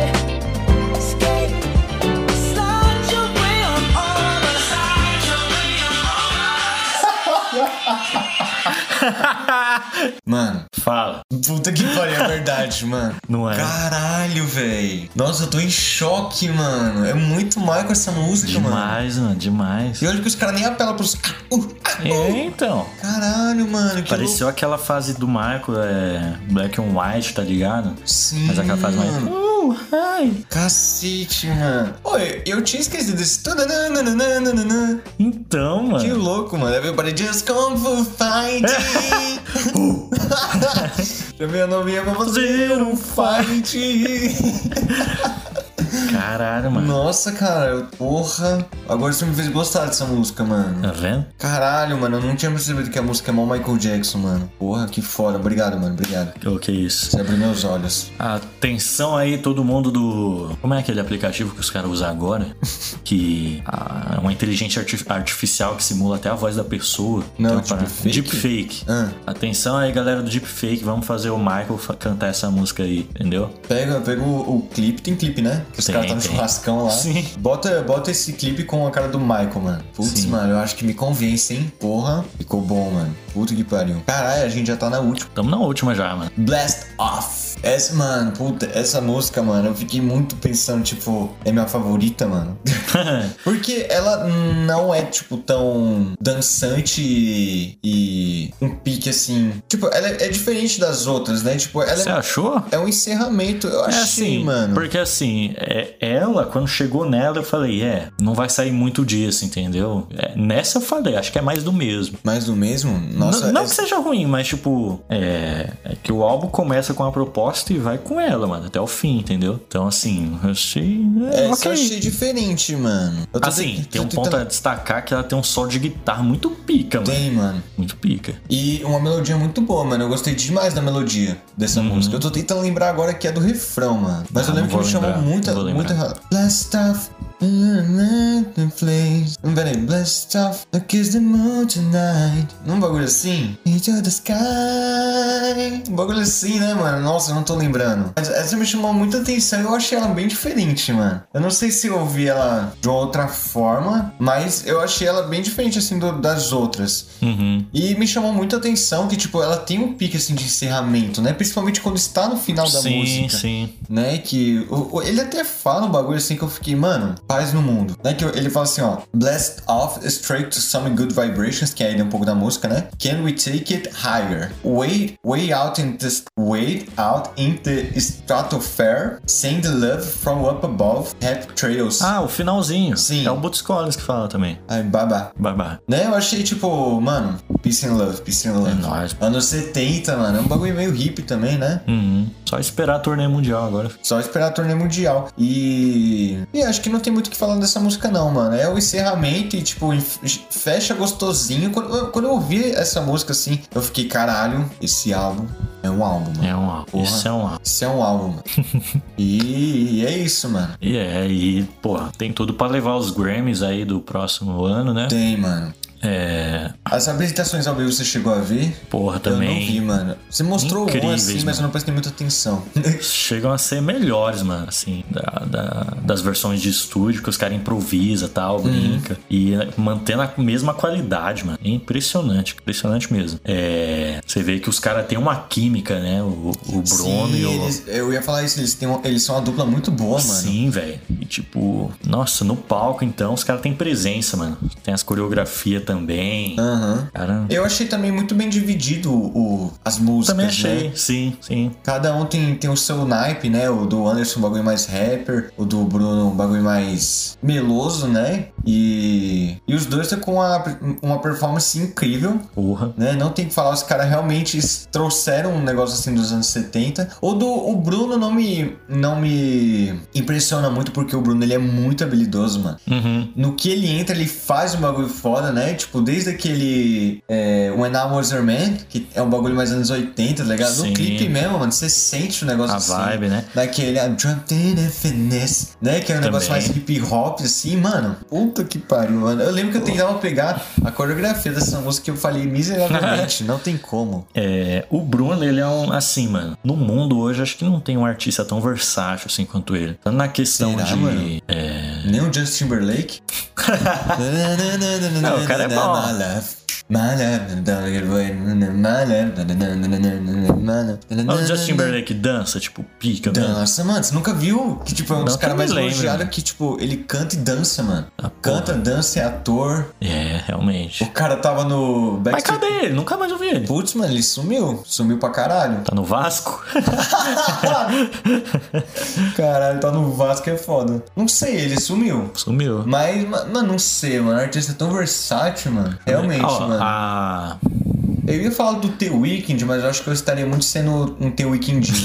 Speaker 2: Mano,
Speaker 1: Fala.
Speaker 2: puta que pariu,
Speaker 1: *laughs*
Speaker 2: é verdade, mano.
Speaker 1: Não é?
Speaker 2: Caralho, velho. Nossa, eu tô em choque, mano. É muito mal com essa música, mano.
Speaker 1: Demais, mano, demais.
Speaker 2: E olha que os caras nem apelam pros. Ah, uh, ah, uh.
Speaker 1: É, então.
Speaker 2: Caralho, mano. Que
Speaker 1: Pareceu aquela fase do Marco, é. Black and White, tá ligado?
Speaker 2: Sim,
Speaker 1: Mas é aquela fase mais.
Speaker 2: mano.
Speaker 1: Uh, ai.
Speaker 2: Cacete, mano. Oi, eu tinha esquecido esse. tananana.
Speaker 1: Então, mano.
Speaker 2: Que louco, mano. Everybody just come
Speaker 1: *laughs*
Speaker 2: for fighting. *laughs* Já meu nome é pra fazer um fight.
Speaker 1: Caralho, mano.
Speaker 2: Nossa, cara. eu- Porra. Agora você me fez gostar dessa música, mano.
Speaker 1: Tá vendo?
Speaker 2: Caralho, mano. Eu não tinha percebido que a música é mal Michael Jackson, mano. Porra, que foda. Obrigado, mano. Obrigado.
Speaker 1: O que é isso?
Speaker 2: Você abriu meus olhos.
Speaker 1: Atenção aí, todo mundo do. Como é aquele aplicativo que os caras usam agora?
Speaker 2: *laughs*
Speaker 1: que ah, é uma inteligência arti- artificial que simula até a voz da pessoa.
Speaker 2: Não,
Speaker 1: Então, para-
Speaker 2: deepfake?
Speaker 1: Deepfake.
Speaker 2: Ah.
Speaker 1: Atenção aí, galera do Deepfake. Vamos fazer o Michael fa- cantar essa música aí, entendeu?
Speaker 2: Pega, pega o, o clipe, tem clipe, né? Que os
Speaker 1: Tem,
Speaker 2: caras tá no
Speaker 1: tem.
Speaker 2: churrascão lá.
Speaker 1: Sim.
Speaker 2: Bota, bota esse clipe com a cara do Michael, mano. Putz,
Speaker 1: Sim.
Speaker 2: mano, eu acho que me convence, hein? Porra, ficou bom, mano. Puta que pariu. Caralho, a gente já tá na última.
Speaker 1: Tamo na última já, mano. *laughs*
Speaker 2: Blast Off. Essa, mano, puta, essa música, mano, eu fiquei muito pensando, tipo, é minha favorita, mano. *laughs* Porque ela não é, tipo, tão dançante e, e um pique assim. Tipo, ela é, é diferente das outras, né? Tipo, ela
Speaker 1: Você
Speaker 2: é,
Speaker 1: achou?
Speaker 2: é um encerramento. Eu
Speaker 1: É
Speaker 2: achei,
Speaker 1: assim,
Speaker 2: mano.
Speaker 1: Porque assim, é, ela, quando chegou nela, eu falei, é, não vai sair muito disso, entendeu? É, nessa eu falei, acho que é mais do mesmo.
Speaker 2: Mais do mesmo? Nossa,
Speaker 1: não não
Speaker 2: é-
Speaker 1: que seja ruim, mas tipo, é, é que o álbum começa com a proposta e vai com ela, mano, até o fim, entendeu? Então assim, eu achei. É,
Speaker 2: é, só
Speaker 1: ok.
Speaker 2: achei diferente, mano. Eu tô
Speaker 1: Assim,
Speaker 2: te-
Speaker 1: tem um
Speaker 2: tô
Speaker 1: ponto a
Speaker 2: tentando-
Speaker 1: destacar que ela tem um solo de guitarra muito pica, mano.
Speaker 2: Tem, mano.
Speaker 1: Muito pica.
Speaker 2: E uma melodia muito boa, mano. Eu gostei demais da melodia dessa música. Eu tô tentando lembrar agora que é do refrão, mano. Mas
Speaker 1: Uhum. Ah,
Speaker 2: eu lembro que
Speaker 1: não
Speaker 2: me
Speaker 1: vou
Speaker 2: chamou
Speaker 1: lembrar,
Speaker 2: muita.
Speaker 1: não vou
Speaker 2: muita...
Speaker 1: lembrar.
Speaker 2: Blast stuff. Place. Pera aí, blast stuff. I kiss the moon tonight. Um bagulho assim? Into the sky. Um bagulho assim, né, mano? Nossa, eu não tô lembrando. Mas essa me chamou muita atenção e eu achei ela bem diferente, mano. Eu não sei se eu ouvi ela de uma outra forma, mas eu achei ela bem diferente, assim, do- das outras.
Speaker 1: Uhum.
Speaker 2: E me chamou muita atenção que, tipo, ela tem um pique, assim, de encerramento, né? Principalmente quando está no final da
Speaker 1: sim,
Speaker 2: música.
Speaker 1: sim.
Speaker 2: Né? Que o- o- ele até fala um bagulho assim que eu fiquei, mano, paz no mundo. Né? Que ele fala assim, ó. Blast off straight to some good vibrations, que é ainda um pouco da música, né? Can we take it higher? Wait, way out in the, wait out in the stratosphere. Send the love from up above. Happy trails.
Speaker 1: Ah, o finalzinho.
Speaker 2: Sim.
Speaker 1: É o Boots Collins que fala também.
Speaker 2: Ai, babá.
Speaker 1: Babá.
Speaker 2: Né? Eu achei tipo, mano, Peace and Love, Peace and Love.
Speaker 1: É nóis.
Speaker 2: Anos 70, mano. É um bagulho meio hippie também, né?
Speaker 1: Uhum. Só esperar a turnê mundial agora.
Speaker 2: Só esperar a turnê mundial. E. E acho que não tem muito o que falar dessa música, não, mano. É o encerramento e, tipo, enf- fecha gostosinho. Quando eu, quando eu ouvi essa música assim, eu fiquei, caralho, esse álbum é um álbum, mano.
Speaker 1: É um álbum.
Speaker 2: Porra.
Speaker 1: Isso é um álbum.
Speaker 2: Isso é um álbum,
Speaker 1: *laughs*
Speaker 2: mano. e, e é isso, mano.
Speaker 1: E é, e, porra, tem tudo pra levar os Grammys aí do próximo ano, né?
Speaker 2: Tem, mano.
Speaker 1: É.
Speaker 2: As apresentações ao vivo você chegou a ver?
Speaker 1: Porra,
Speaker 2: Eu não
Speaker 1: também.
Speaker 2: vi, mano. Você mostrou um
Speaker 1: Incríveis,
Speaker 2: assim, mas eu não prestei muita atenção. *laughs*
Speaker 1: chegam a ser melhores, mano, assim, da- da- das versões de estúdio que os caras improvisam
Speaker 2: Uhum.
Speaker 1: tal, brinca. E né, mantendo a mesma qualidade, mano. É impressionante, impressionante mesmo. É, você vê que os caras têm uma química, né? O, o Bruno
Speaker 2: Sim,
Speaker 1: e o.
Speaker 2: eles- eu ia falar isso, eles, têm um- eles são uma dupla muito boa, mano.
Speaker 1: Sim, velho. E tipo, nossa, no palco então, os caras têm presença, mano. Tem as coreografias também.
Speaker 2: Aham.
Speaker 1: Cara,
Speaker 2: Eu achei também muito bem dividido o, as músicas,
Speaker 1: também achei.
Speaker 2: né?
Speaker 1: Sim, sim.
Speaker 2: Cada um tem, tem o seu naipe, né? O do Anderson, um bagulho mais rapper. O do Bruno, um bagulho mais meloso, né? E, e os dois estão com uma, uma performance incrível,
Speaker 1: Porra.
Speaker 2: né? Não tem o que falar, os caras realmente s- trouxeram um negócio assim dos anos 70. O do o Bruno não me, não me impressiona muito, porque o Bruno ele é muito habilidoso, mano
Speaker 1: Uhum.
Speaker 2: no que ele entra, ele faz um bagulho foda, né? Tipo, desde aquele é, When I Was Your Man, que é um bagulho mais anos 80, tá ligado?
Speaker 1: Sim.
Speaker 2: No clipe mesmo, mano, você sente o negócio
Speaker 1: A
Speaker 2: assim.
Speaker 1: vibe, né?
Speaker 2: Daquele I'm Dropped in a Finesse, né? Que é um negócio
Speaker 1: Também.
Speaker 2: mais hip hop, assim, mano. Puta que pariu, mano. Eu lembro que eu tentava pegar a coreografia dessa música que eu
Speaker 1: *laughs*
Speaker 2: falei miseravelmente, não tem como.
Speaker 1: É, o Bruno, ele é um. Assim, mano. No mundo hoje, acho que não tem um artista tão versátil assim quanto ele. Tanto na questão
Speaker 2: Será,
Speaker 1: de.
Speaker 2: mano?
Speaker 1: É, *laughs*
Speaker 2: Nem o Justin Timberlake.
Speaker 1: Não, o cara é bom.
Speaker 2: My love, don't get away, my love, my love.
Speaker 1: Ah, O Justin Timberlake dança, tipo, pica, né?
Speaker 2: Dança, mano. Você nunca viu? Que, tipo, é um dos
Speaker 1: Não,
Speaker 2: caras
Speaker 1: que eu me
Speaker 2: mais
Speaker 1: lembro,
Speaker 2: elogiados
Speaker 1: mano.
Speaker 2: que, tipo, ele canta e dança, mano.
Speaker 1: Ah,
Speaker 2: canta,
Speaker 1: porra.
Speaker 2: dança, é ator.
Speaker 1: É, realmente.
Speaker 2: O cara tava no
Speaker 1: Mas
Speaker 2: Backstreet...
Speaker 1: cadê ele? Nunca mais ouvi ele.
Speaker 2: Putz, mano, ele sumiu. Sumiu
Speaker 1: *laughs*
Speaker 2: pra caralho.
Speaker 1: Tá no Vasco?
Speaker 2: Caralho, tá no Vasco é foda. Não sei, ele *laughs* sumiu.
Speaker 1: Sumiu.
Speaker 2: Mas, ma- mano, não sei, mano. Artista é tão versátil, mano. Realmente,
Speaker 1: Ah, ó,
Speaker 2: mano.
Speaker 1: a-
Speaker 2: Eu ia falar do The Weeknd, mas eu acho que eu estaria muito sendo um The
Speaker 1: *laughs*
Speaker 2: Weekndinho.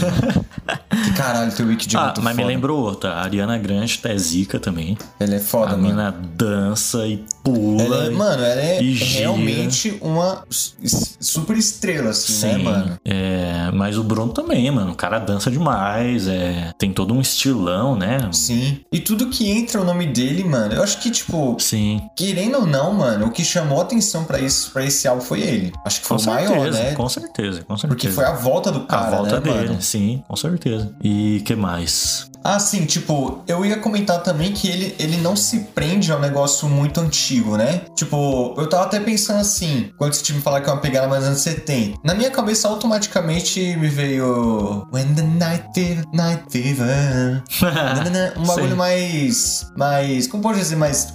Speaker 2: que caralho, The Weeknd é
Speaker 1: Ah,
Speaker 2: muito
Speaker 1: mas me
Speaker 2: foda.
Speaker 1: lembrou outra. A Ariana Grande tá é zica também.
Speaker 2: Ela é
Speaker 1: A
Speaker 2: foda, mano.
Speaker 1: mina dança e pula.
Speaker 2: Ela é,
Speaker 1: e-
Speaker 2: mano, ela é
Speaker 1: e gira.
Speaker 2: realmente uma s- s- super estrela, assim, né,
Speaker 1: Sim,
Speaker 2: mano?
Speaker 1: é, mas o Bruno também, mano. O cara dança demais, é, tem todo um estilão, né?
Speaker 2: Sim. E tudo que entra o nome dele, mano, eu acho que, tipo,
Speaker 1: Sim,
Speaker 2: querendo ou não, mano, o que chamou atenção pra isso, pra esse álbum foi ele. Acho que
Speaker 1: com
Speaker 2: foi o
Speaker 1: certeza,
Speaker 2: maior, né?
Speaker 1: com certeza, com certeza.
Speaker 2: Porque foi a volta do
Speaker 1: a
Speaker 2: cara,
Speaker 1: volta
Speaker 2: né,
Speaker 1: dele,
Speaker 2: mano?
Speaker 1: sim, com certeza. E que mais?
Speaker 2: Ah, sim, tipo, eu ia comentar também que ele, ele não se prende a um negócio muito antigo, né? Tipo, eu tava até pensando assim, quando esse time falar que é uma pegada mais anos 70. Na minha cabeça, automaticamente me veio. When the night fever, night
Speaker 1: *laughs*
Speaker 2: fever. Nanana, um bagulho
Speaker 1: Sim.
Speaker 2: mais. Mais. Como pode dizer? Mais.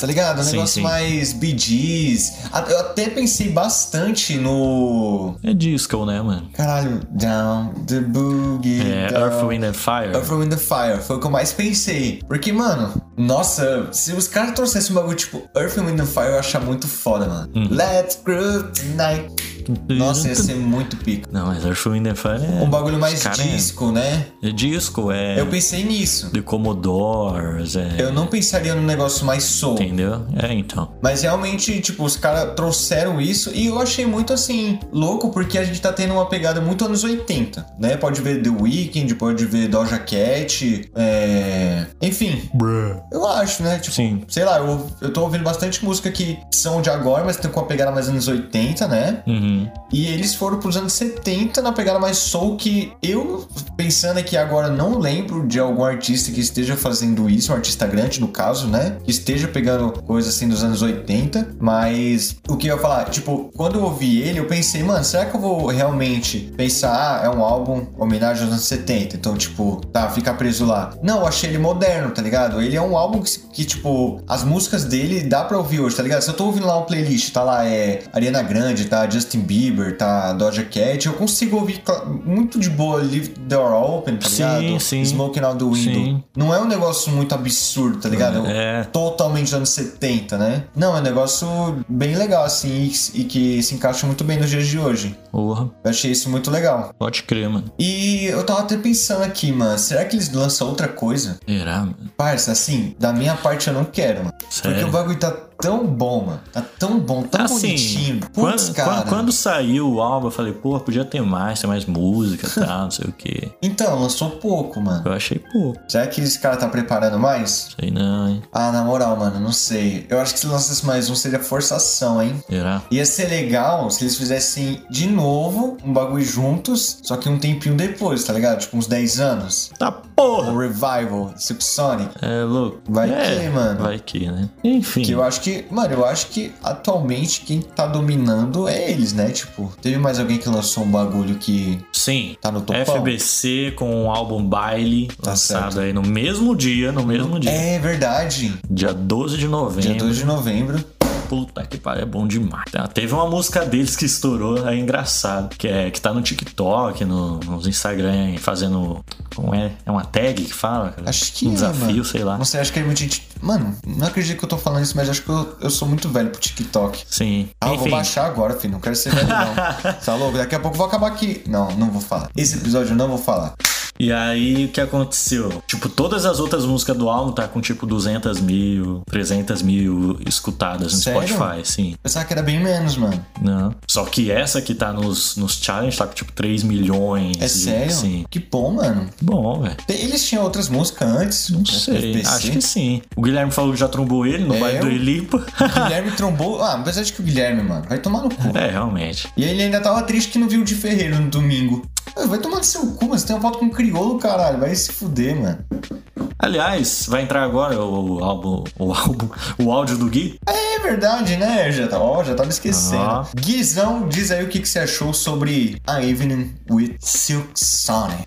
Speaker 2: Tá ligado? Um
Speaker 1: Sim,
Speaker 2: negócio
Speaker 1: sim.
Speaker 2: mais BGs. Eu até pensei bastante no.
Speaker 1: É disco, né, mano?
Speaker 2: Caralho, down the boogie.
Speaker 1: É
Speaker 2: down.
Speaker 1: Earth, Wind and Fire.
Speaker 2: Então, Earth, Wind and Fire. Foi o que eu mais pensei. Porque, mano, nossa, se os caras trouxessem um bagulho tipo Earth, Wind and Fire, eu ia achar muito foda, mano.
Speaker 1: Uhum.
Speaker 2: Let's groove tonight. Nossa, ia ser muito pica.
Speaker 1: Não, mas Earth, Wind and Fire é...
Speaker 2: Um bagulho mais
Speaker 1: Os cara é-
Speaker 2: disco, né?
Speaker 1: É disco, é...
Speaker 2: Eu pensei nisso.
Speaker 1: The Commodores, é...
Speaker 2: Eu não pensaria num negócio mais soul.
Speaker 1: Entendeu? É, então.
Speaker 2: Mas realmente, tipo, os caras trouxeram isso e eu achei muito assim, louco, porque a gente tá tendo uma pegada muito anos 80, né? Pode ver The Weeknd, pode ver Doja Cat, é. Enfim, eu acho, né? Tipo,
Speaker 1: Sim.
Speaker 2: sei lá, eu, eu tô ouvindo bastante música que são de agora, mas tem com uma pegada mais anos 80, né?
Speaker 1: Uhum.
Speaker 2: E eles foram pros anos 70 na pegada mais soul que eu, pensando aqui agora, não lembro de algum artista que esteja fazendo isso, um artista grande no caso, né? Que esteja pegando coisa assim dos anos 80, mas o que eu ia falar, tipo, quando eu ouvi ele, eu pensei, mano, será que eu vou realmente pensar, ah, é um álbum homenagem aos anos 70, então, tipo, tá, fica preso lá. Não, eu achei ele moderno, tá ligado? Ele é um álbum que, se- que, tipo, as músicas dele dá pra ouvir hoje, tá ligado? Se eu tô ouvindo lá uma playlist, tá lá, é Ariana Grande, tá Justin Bieber, tá Doja Cat, eu consigo ouvir cla- muito de boa Leave the Door Open, tá
Speaker 1: Sim,
Speaker 2: ligado?
Speaker 1: sim.
Speaker 2: Smoking Out the Window.
Speaker 1: Sim.
Speaker 2: Não é um negócio muito absurdo, tá ligado?
Speaker 1: É.
Speaker 2: Totalmente anos 70, né? Não, é um negócio bem legal, assim, e, e que se encaixa muito bem nos dias de hoje.
Speaker 1: Porra,
Speaker 2: Eu achei isso muito legal.
Speaker 1: pode crer, mano.
Speaker 2: E eu tava até pensando aqui, mano, será que eles lançam outra coisa?
Speaker 1: Será, mano?
Speaker 2: Parça, assim, da minha parte eu não quero, mano.
Speaker 1: Sério?
Speaker 2: Porque o bagulho tá tão bom, mano. Tá tão bom, tão bonitinho. Putz,
Speaker 1: Assim, quando,
Speaker 2: cara.
Speaker 1: quando- quando saiu o álbum, eu falei, pô, podia ter mais, ter mais música e tal, não sei o quê.
Speaker 2: Então, lançou pouco, mano.
Speaker 1: Eu achei pouco.
Speaker 2: Será que esse cara tá preparando mais?
Speaker 1: Sei não, hein?
Speaker 2: Ah, na moral, mano, não sei. Eu acho que se lançasse mais um seria forçação, hein?
Speaker 1: Será?
Speaker 2: Ia ser legal se eles fizessem de novo um bagulho juntos, só que um tempinho depois, tá ligado? Tipo, uns 10 anos.
Speaker 1: Tá
Speaker 2: Um
Speaker 1: porra!
Speaker 2: revival, Silk Sonic.
Speaker 1: É louco.
Speaker 2: Vai
Speaker 1: é,
Speaker 2: que, mano.
Speaker 1: Vai que, né? Enfim.
Speaker 2: Que eu acho que, mano, eu acho que atualmente quem tá dominando é eles, né? Tipo, teve mais alguém que lançou um bagulho que
Speaker 1: Sim.
Speaker 2: tá no topão?
Speaker 1: FBC com o álbum Baile,
Speaker 2: Tá
Speaker 1: lançado
Speaker 2: certo.
Speaker 1: aí no mesmo dia, no mesmo dia.
Speaker 2: É verdade.
Speaker 1: Dia 12 de novembro.
Speaker 2: Dia 2 de novembro.
Speaker 1: Puta que pariu, é bom demais. Tá, Teve uma música deles que estourou, é engraçado. Que, é, que tá no TikTok, no, nos Instagram, fazendo. Como é? É uma tag que fala? cara?
Speaker 2: Acho que
Speaker 1: Um
Speaker 2: é,
Speaker 1: desafio,
Speaker 2: mano.
Speaker 1: sei lá.
Speaker 2: Não sei, acho que é muita gente. Mano, não acredito que eu tô falando isso, mas acho que eu, eu sou muito velho pro TikTok.
Speaker 1: Sim.
Speaker 2: Ah, eu vou
Speaker 1: Enfim,
Speaker 2: baixar agora, filho. Não quero ser velho, não.
Speaker 1: *laughs*
Speaker 2: tá louco? Daqui a pouco eu vou acabar aqui. Não, não vou falar. Esse episódio eu não vou falar.
Speaker 1: e aí o que aconteceu? Tipo, todas as outras músicas do álbum tá com tipo 200 mil, 300 mil escutadas no
Speaker 2: Sério?
Speaker 1: Spotify, sim.
Speaker 2: Pensava que era bem menos, mano.
Speaker 1: Não. Só que essa que tá nos, nos challenge tá com tipo 3 milhões.
Speaker 2: É
Speaker 1: de-
Speaker 2: sério?
Speaker 1: Sim.
Speaker 2: Que bom, mano.
Speaker 1: Bom, velho.
Speaker 2: Tem- Eles tinham outras músicas antes. né?
Speaker 1: Não sei,
Speaker 2: FBC.
Speaker 1: acho que sim. O Guilherme falou que já trombou ele no
Speaker 2: É,
Speaker 1: baile do
Speaker 2: eu-
Speaker 1: Elipa. *laughs*
Speaker 2: O Guilherme trombou. Ah, apesar de que o Guilherme, mano, vai tomar no cu.
Speaker 1: É, realmente.
Speaker 2: E aí ele ainda tava triste que não viu o de Ferreiro um no domingo. Ah, Vai tomar no seu cu, mas tem uma foto com o criolo, caralho. Vai se fuder, mano.
Speaker 1: Aliás, vai entrar agora o, o álbum, o álbum, o áudio do Gui.
Speaker 2: É verdade, né? Já tá, ó, já tava esquecendo.
Speaker 1: Ah.
Speaker 2: Guizão, diz aí o que, que você achou sobre A Evening with Silk Sonic.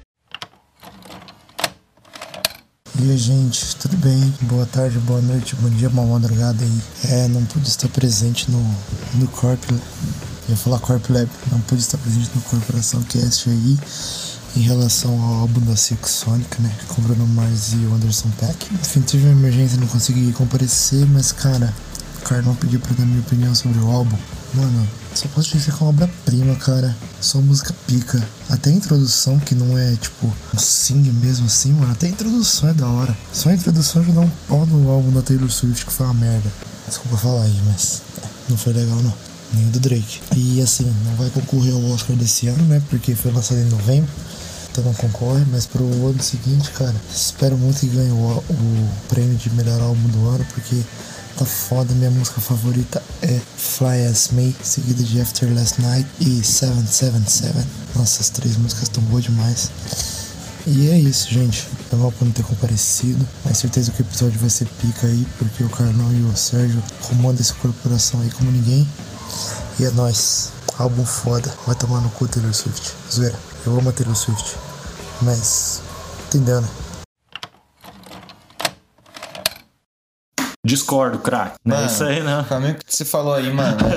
Speaker 5: E aí, gente, tudo bem? Boa tarde, boa noite, bom dia, boa madrugada aí. É, não pude estar presente no, no Corp. Ia falar Corp Lab, não pude estar presente no Corporação Cast aí. Em relação ao álbum da Silk Sonic, né? Com Bruno Mars e o Anderson Pack. Enfim, tive uma emergência, não consegui comparecer, mas cara, o Carlão pediu pra dar minha opinião sobre o álbum. Mano, só posso dizer que é uma obra-prima, cara. Só música pica. Até a introdução, que não é tipo um sing mesmo assim, mano. Até a introdução é da hora. Só a introdução já dá um pau no álbum da Taylor Swift, que foi uma merda. Desculpa falar aí, mas é, não foi legal não. Nem o do Drake. E assim, não vai concorrer ao Oscar desse ano, né? Porque foi lançado em novembro então não concorre, mas pro ano seguinte, cara, espero muito que ganhe o, o prêmio de melhor álbum do ano, porque tá foda, minha música favorita é Fly As Me, seguida de After Last Night e 777. Nossa, as três músicas estão boas demais. E é isso, gente. Foi mal por não ter comparecido, mas certeza que o episódio vai ser pica aí, porque o Carlão e o Sérgio comandam essa corporação aí como ninguém. E é nóis. Álbum foda. Vai tomar no cu Taylor Swift. Zoeira. Eu amo a Taylor Swift. Mas. Entendeu, né?
Speaker 1: Discordo, crack. Não é isso aí, *laughs* não.
Speaker 2: Pra mim, o que você falou aí, mano,
Speaker 1: *laughs*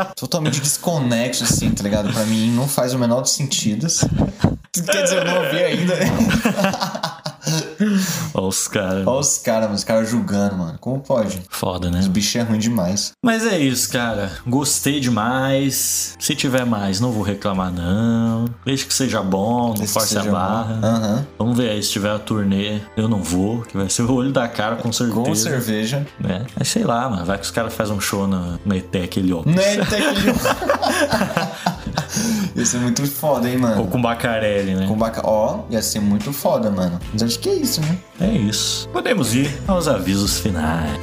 Speaker 2: é totalmente desconexo, assim, tá ligado? Pra mim, não faz o menor sentido. Quer dizer, eu não ouvi ainda. *laughs*
Speaker 1: Olha os caras.
Speaker 2: Olha os caras, mano, os caras julgando, mano. Como pode?
Speaker 1: Foda, né?
Speaker 2: Os bichos é ruim demais.
Speaker 1: Mas é isso, cara. Gostei demais. Se tiver mais, não vou reclamar, não. Deixa que seja bom, não
Speaker 2: Esse
Speaker 1: force a
Speaker 2: seja bom.
Speaker 1: barra.
Speaker 2: Aham.
Speaker 1: Vamos ver aí, se tiver a turnê, eu não vou, que vai ser o olho da cara, com certeza.
Speaker 2: Com cerveja.
Speaker 1: Né? Mas sei lá, mano. Vai que os caras fazem um show na, na ETEC ali, ó.
Speaker 2: Né,
Speaker 1: *laughs*
Speaker 2: Tequil? Ia ser é muito foda, hein, mano.
Speaker 1: Ou com Bacarelli, né?
Speaker 2: Com baca... Ó, ia ser muito foda, mano. Mas acho que é isso, né?
Speaker 1: É isso. Podemos ir aos avisos finais.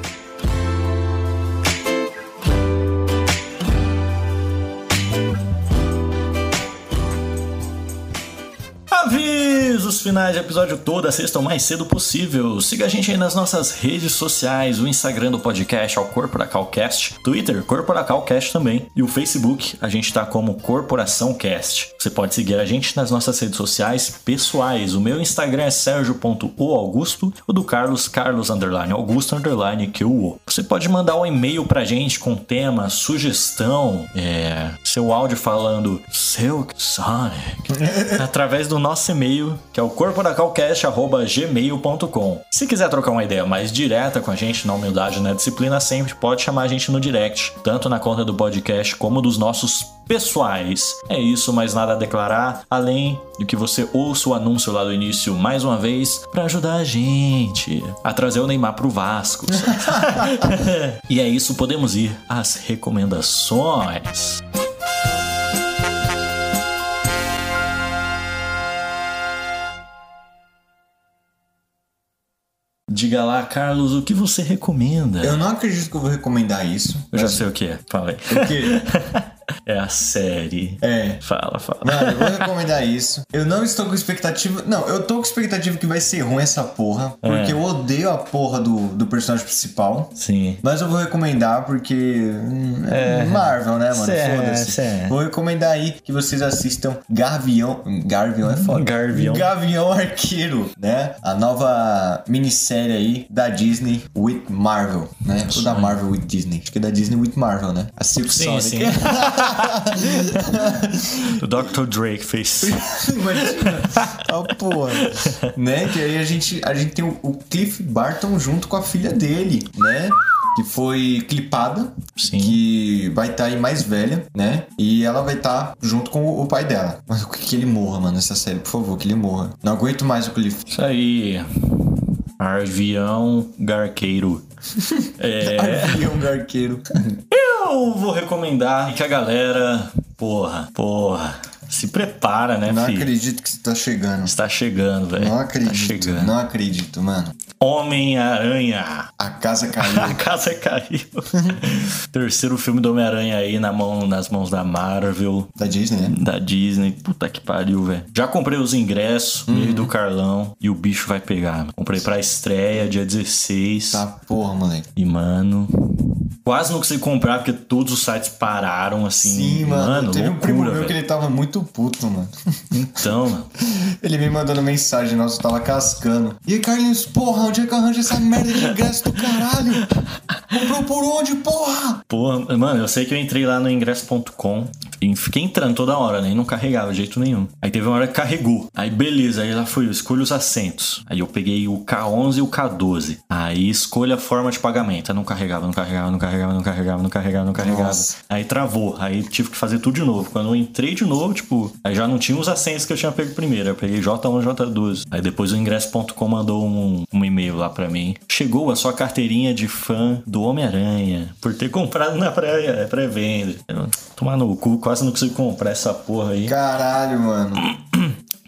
Speaker 1: Avisos finais de episódio toda sexta o mais cedo possível. Siga a gente aí nas nossas redes sociais, o Instagram do podcast é o Corporacalcast, Twitter, Corporacalcast também, e o Facebook, a gente tá como Corporação Cast. Você pode seguir a gente nas nossas redes sociais pessoais. O meu Instagram é sergio.oaugusto, o do Carlos, carlos underline augusto underline que o Você pode mandar um e-mail pra gente com tema, sugestão, é, seu áudio falando seu Sonic através do nosso e-mail, que é o corporacalcast.gmail.com. Se quiser trocar uma ideia mais direta com a gente, na humildade, na disciplina, sempre pode chamar a gente no direct, tanto na conta do podcast como dos nossos pessoais. É isso, mais nada a declarar, além do que você ouça o anúncio lá do início mais uma vez, para ajudar a gente a trazer o Neymar pro Vasco. *laughs* e é isso, podemos ir às recomendações. Diga lá, Carlos, o que você recomenda?
Speaker 2: Eu não acredito que eu vou recomendar isso.
Speaker 1: Eu já
Speaker 2: mas-
Speaker 1: sei o que é,
Speaker 2: *laughs*
Speaker 1: falei.
Speaker 2: O quê?
Speaker 1: *laughs* É a série.
Speaker 2: É.
Speaker 1: Fala, fala.
Speaker 2: Mano, eu vou recomendar isso. Eu não estou com expectativa. Não, eu tô com expectativa que vai ser ruim essa porra. Porque
Speaker 1: É.
Speaker 2: eu odeio a porra do, do personagem principal.
Speaker 1: Sim.
Speaker 2: Mas eu vou recomendar porque. hum, É. Marvel, né, mano?
Speaker 1: Cê é,
Speaker 2: Foda-se.
Speaker 1: cê é.
Speaker 2: Vou recomendar aí que vocês assistam Garvião. Garvião é foda.
Speaker 1: Garvião.
Speaker 2: Gavião Arqueiro, né? A nova minissérie aí da Disney with Marvel, né? Ou da Marvel with Disney. Acho que é da Disney with Marvel, né? A Silk
Speaker 1: Sim,
Speaker 2: Sonic.
Speaker 1: sim.
Speaker 2: *laughs*
Speaker 1: *laughs* o Dr. Drake fez.
Speaker 2: Imagina. Ah, porra. né? Que aí a gente, a gente tem o, o Cliff Barton junto com a filha dele, né? Que foi clipada.
Speaker 1: Sim.
Speaker 2: Que vai estar aí mais velha, né? E ela vai estar junto com o, o pai dela. Mas que, que ele morra, mano, nessa série, por favor, que ele morra. Não aguento mais o Cliff.
Speaker 1: Isso aí. Arvião Garqueiro. É.
Speaker 2: E
Speaker 1: *laughs*
Speaker 2: um arqueiro.
Speaker 1: Eu vou recomendar que a galera. Porra, porra. Se prepara, né,
Speaker 2: Não
Speaker 1: filho?
Speaker 2: acredito que você tá chegando.
Speaker 1: Está chegando, velho.
Speaker 2: Não acredito.
Speaker 1: Tá chegando.
Speaker 2: Não acredito, mano.
Speaker 1: Homem-Aranha.
Speaker 2: A
Speaker 1: *laughs*
Speaker 2: casa
Speaker 1: A
Speaker 2: caiu.
Speaker 1: casa
Speaker 2: *laughs*
Speaker 1: caiu. Terceiro filme do Homem-Aranha aí na mão, nas mãos da Marvel.
Speaker 2: da Disney, né?
Speaker 1: Da Disney, puta que pariu, velho. Já comprei os ingressos,
Speaker 2: Uhum.
Speaker 1: meio do Carlão, e o bicho vai pegar. mano. Comprei pra estreia, dia 16.
Speaker 2: Tá porra, moleque.
Speaker 1: E, mano. Quase não consegui comprar, porque todos os sites pararam assim.
Speaker 2: Sim, mano. Teve um
Speaker 1: loucura,
Speaker 2: primo meu
Speaker 1: velho.
Speaker 2: que ele tava muito puto, mano.
Speaker 1: Então, mano.
Speaker 2: Ele me mandando mensagem, nossa, eu tava cascando. E aí, Carlinhos, porra, onde é que eu arranjo essa merda de ingresso do caralho? Comprou por onde, porra?
Speaker 1: Porra, mano, eu sei que eu entrei lá no ingresso.com e fiquei entrando toda hora, né? E não carregava de jeito nenhum. Aí teve uma hora que carregou. Aí beleza, aí lá fui eu, escolho os assentos. Aí eu peguei o K11 e o K12. Aí escolha a forma de pagamento. Aí não carregava, não carregava, não carregava, não carregava, não carregava, não carregava.
Speaker 2: Nossa.
Speaker 1: Aí travou. Aí tive que fazer tudo de novo. Quando eu entrei de novo, tipo, aí já não tinha os assentos que eu tinha pego primeiro. Eu peguei J1, J12. Aí depois o ingresso.com mandou um, um e-mail lá pra mim. Chegou a sua carteirinha de fã do Homem-Aranha por ter comprado na pré- é, pré-venda. Eu, Tomar no cu, quase não consigo comprar essa porra aí.
Speaker 2: Caralho, mano.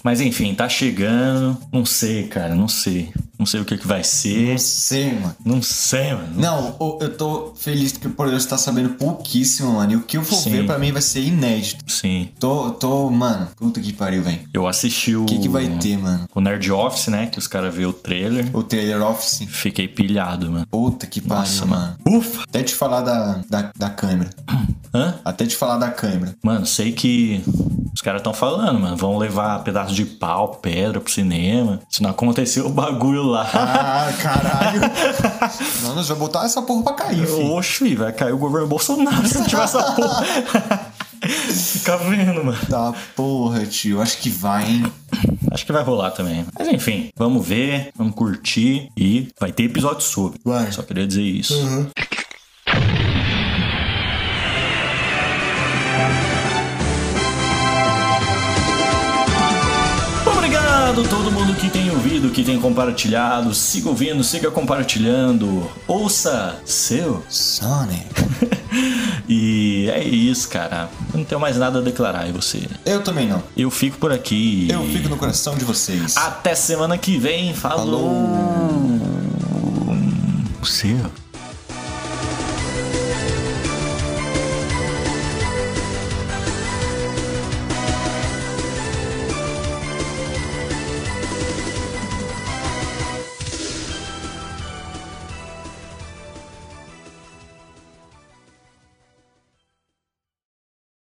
Speaker 1: Mas enfim, tá chegando. Não sei, cara, não sei. Não sei o que, que vai ser.
Speaker 2: Sei, mano.
Speaker 1: Não sei, mano.
Speaker 2: Não, o- eu tô feliz que por Deus tá sabendo pouquíssimo, mano. E o que eu for
Speaker 1: Sim.
Speaker 2: ver pra mim vai ser inédito.
Speaker 1: Sim.
Speaker 2: Tô, tô, mano. Puta que pariu, velho.
Speaker 1: Eu assisti o.
Speaker 2: O que que vai ter, mano?
Speaker 1: O Nerd Office, né? Que os caras vê o trailer.
Speaker 2: O trailer office.
Speaker 1: Fiquei pilhado, mano.
Speaker 2: Puta que pariu,
Speaker 1: Nossa,
Speaker 2: mano.
Speaker 1: Ufa!
Speaker 2: Até te falar da, da, da câmera.
Speaker 1: Hã?
Speaker 2: Até te falar da câmera.
Speaker 1: Mano, sei que os caras estão falando, mano. Vão levar pedaço de pau, pedra pro cinema. Se não acontecer o bagulho
Speaker 2: *laughs*
Speaker 1: lá.
Speaker 2: Ah,
Speaker 1: *laughs*
Speaker 2: caralho. Não, nós vamos botar essa porra pra cair, filho.
Speaker 1: Oxi, vai cair o governo Bolsonaro se não tiver essa porra. *laughs* Fica vendo, mano.
Speaker 2: Tá porra, tio. Acho que vai, hein?
Speaker 1: Acho que vai rolar também. Mas enfim, vamos ver, vamos curtir e vai ter episódio sobre.
Speaker 2: Vai. Uhum.
Speaker 1: Só queria dizer isso. Obrigado a todo mundo que tem ouvido, que tem compartilhado. Siga ouvindo, siga compartilhando. Ouça seu. *laughs*
Speaker 2: Sonic.
Speaker 1: E é isso, cara. Eu não tenho mais nada a declarar, e você?
Speaker 2: Eu também não.
Speaker 1: Eu fico por aqui.
Speaker 2: Eu fico no coração de vocês.
Speaker 1: Até semana que vem. Falou. Seu.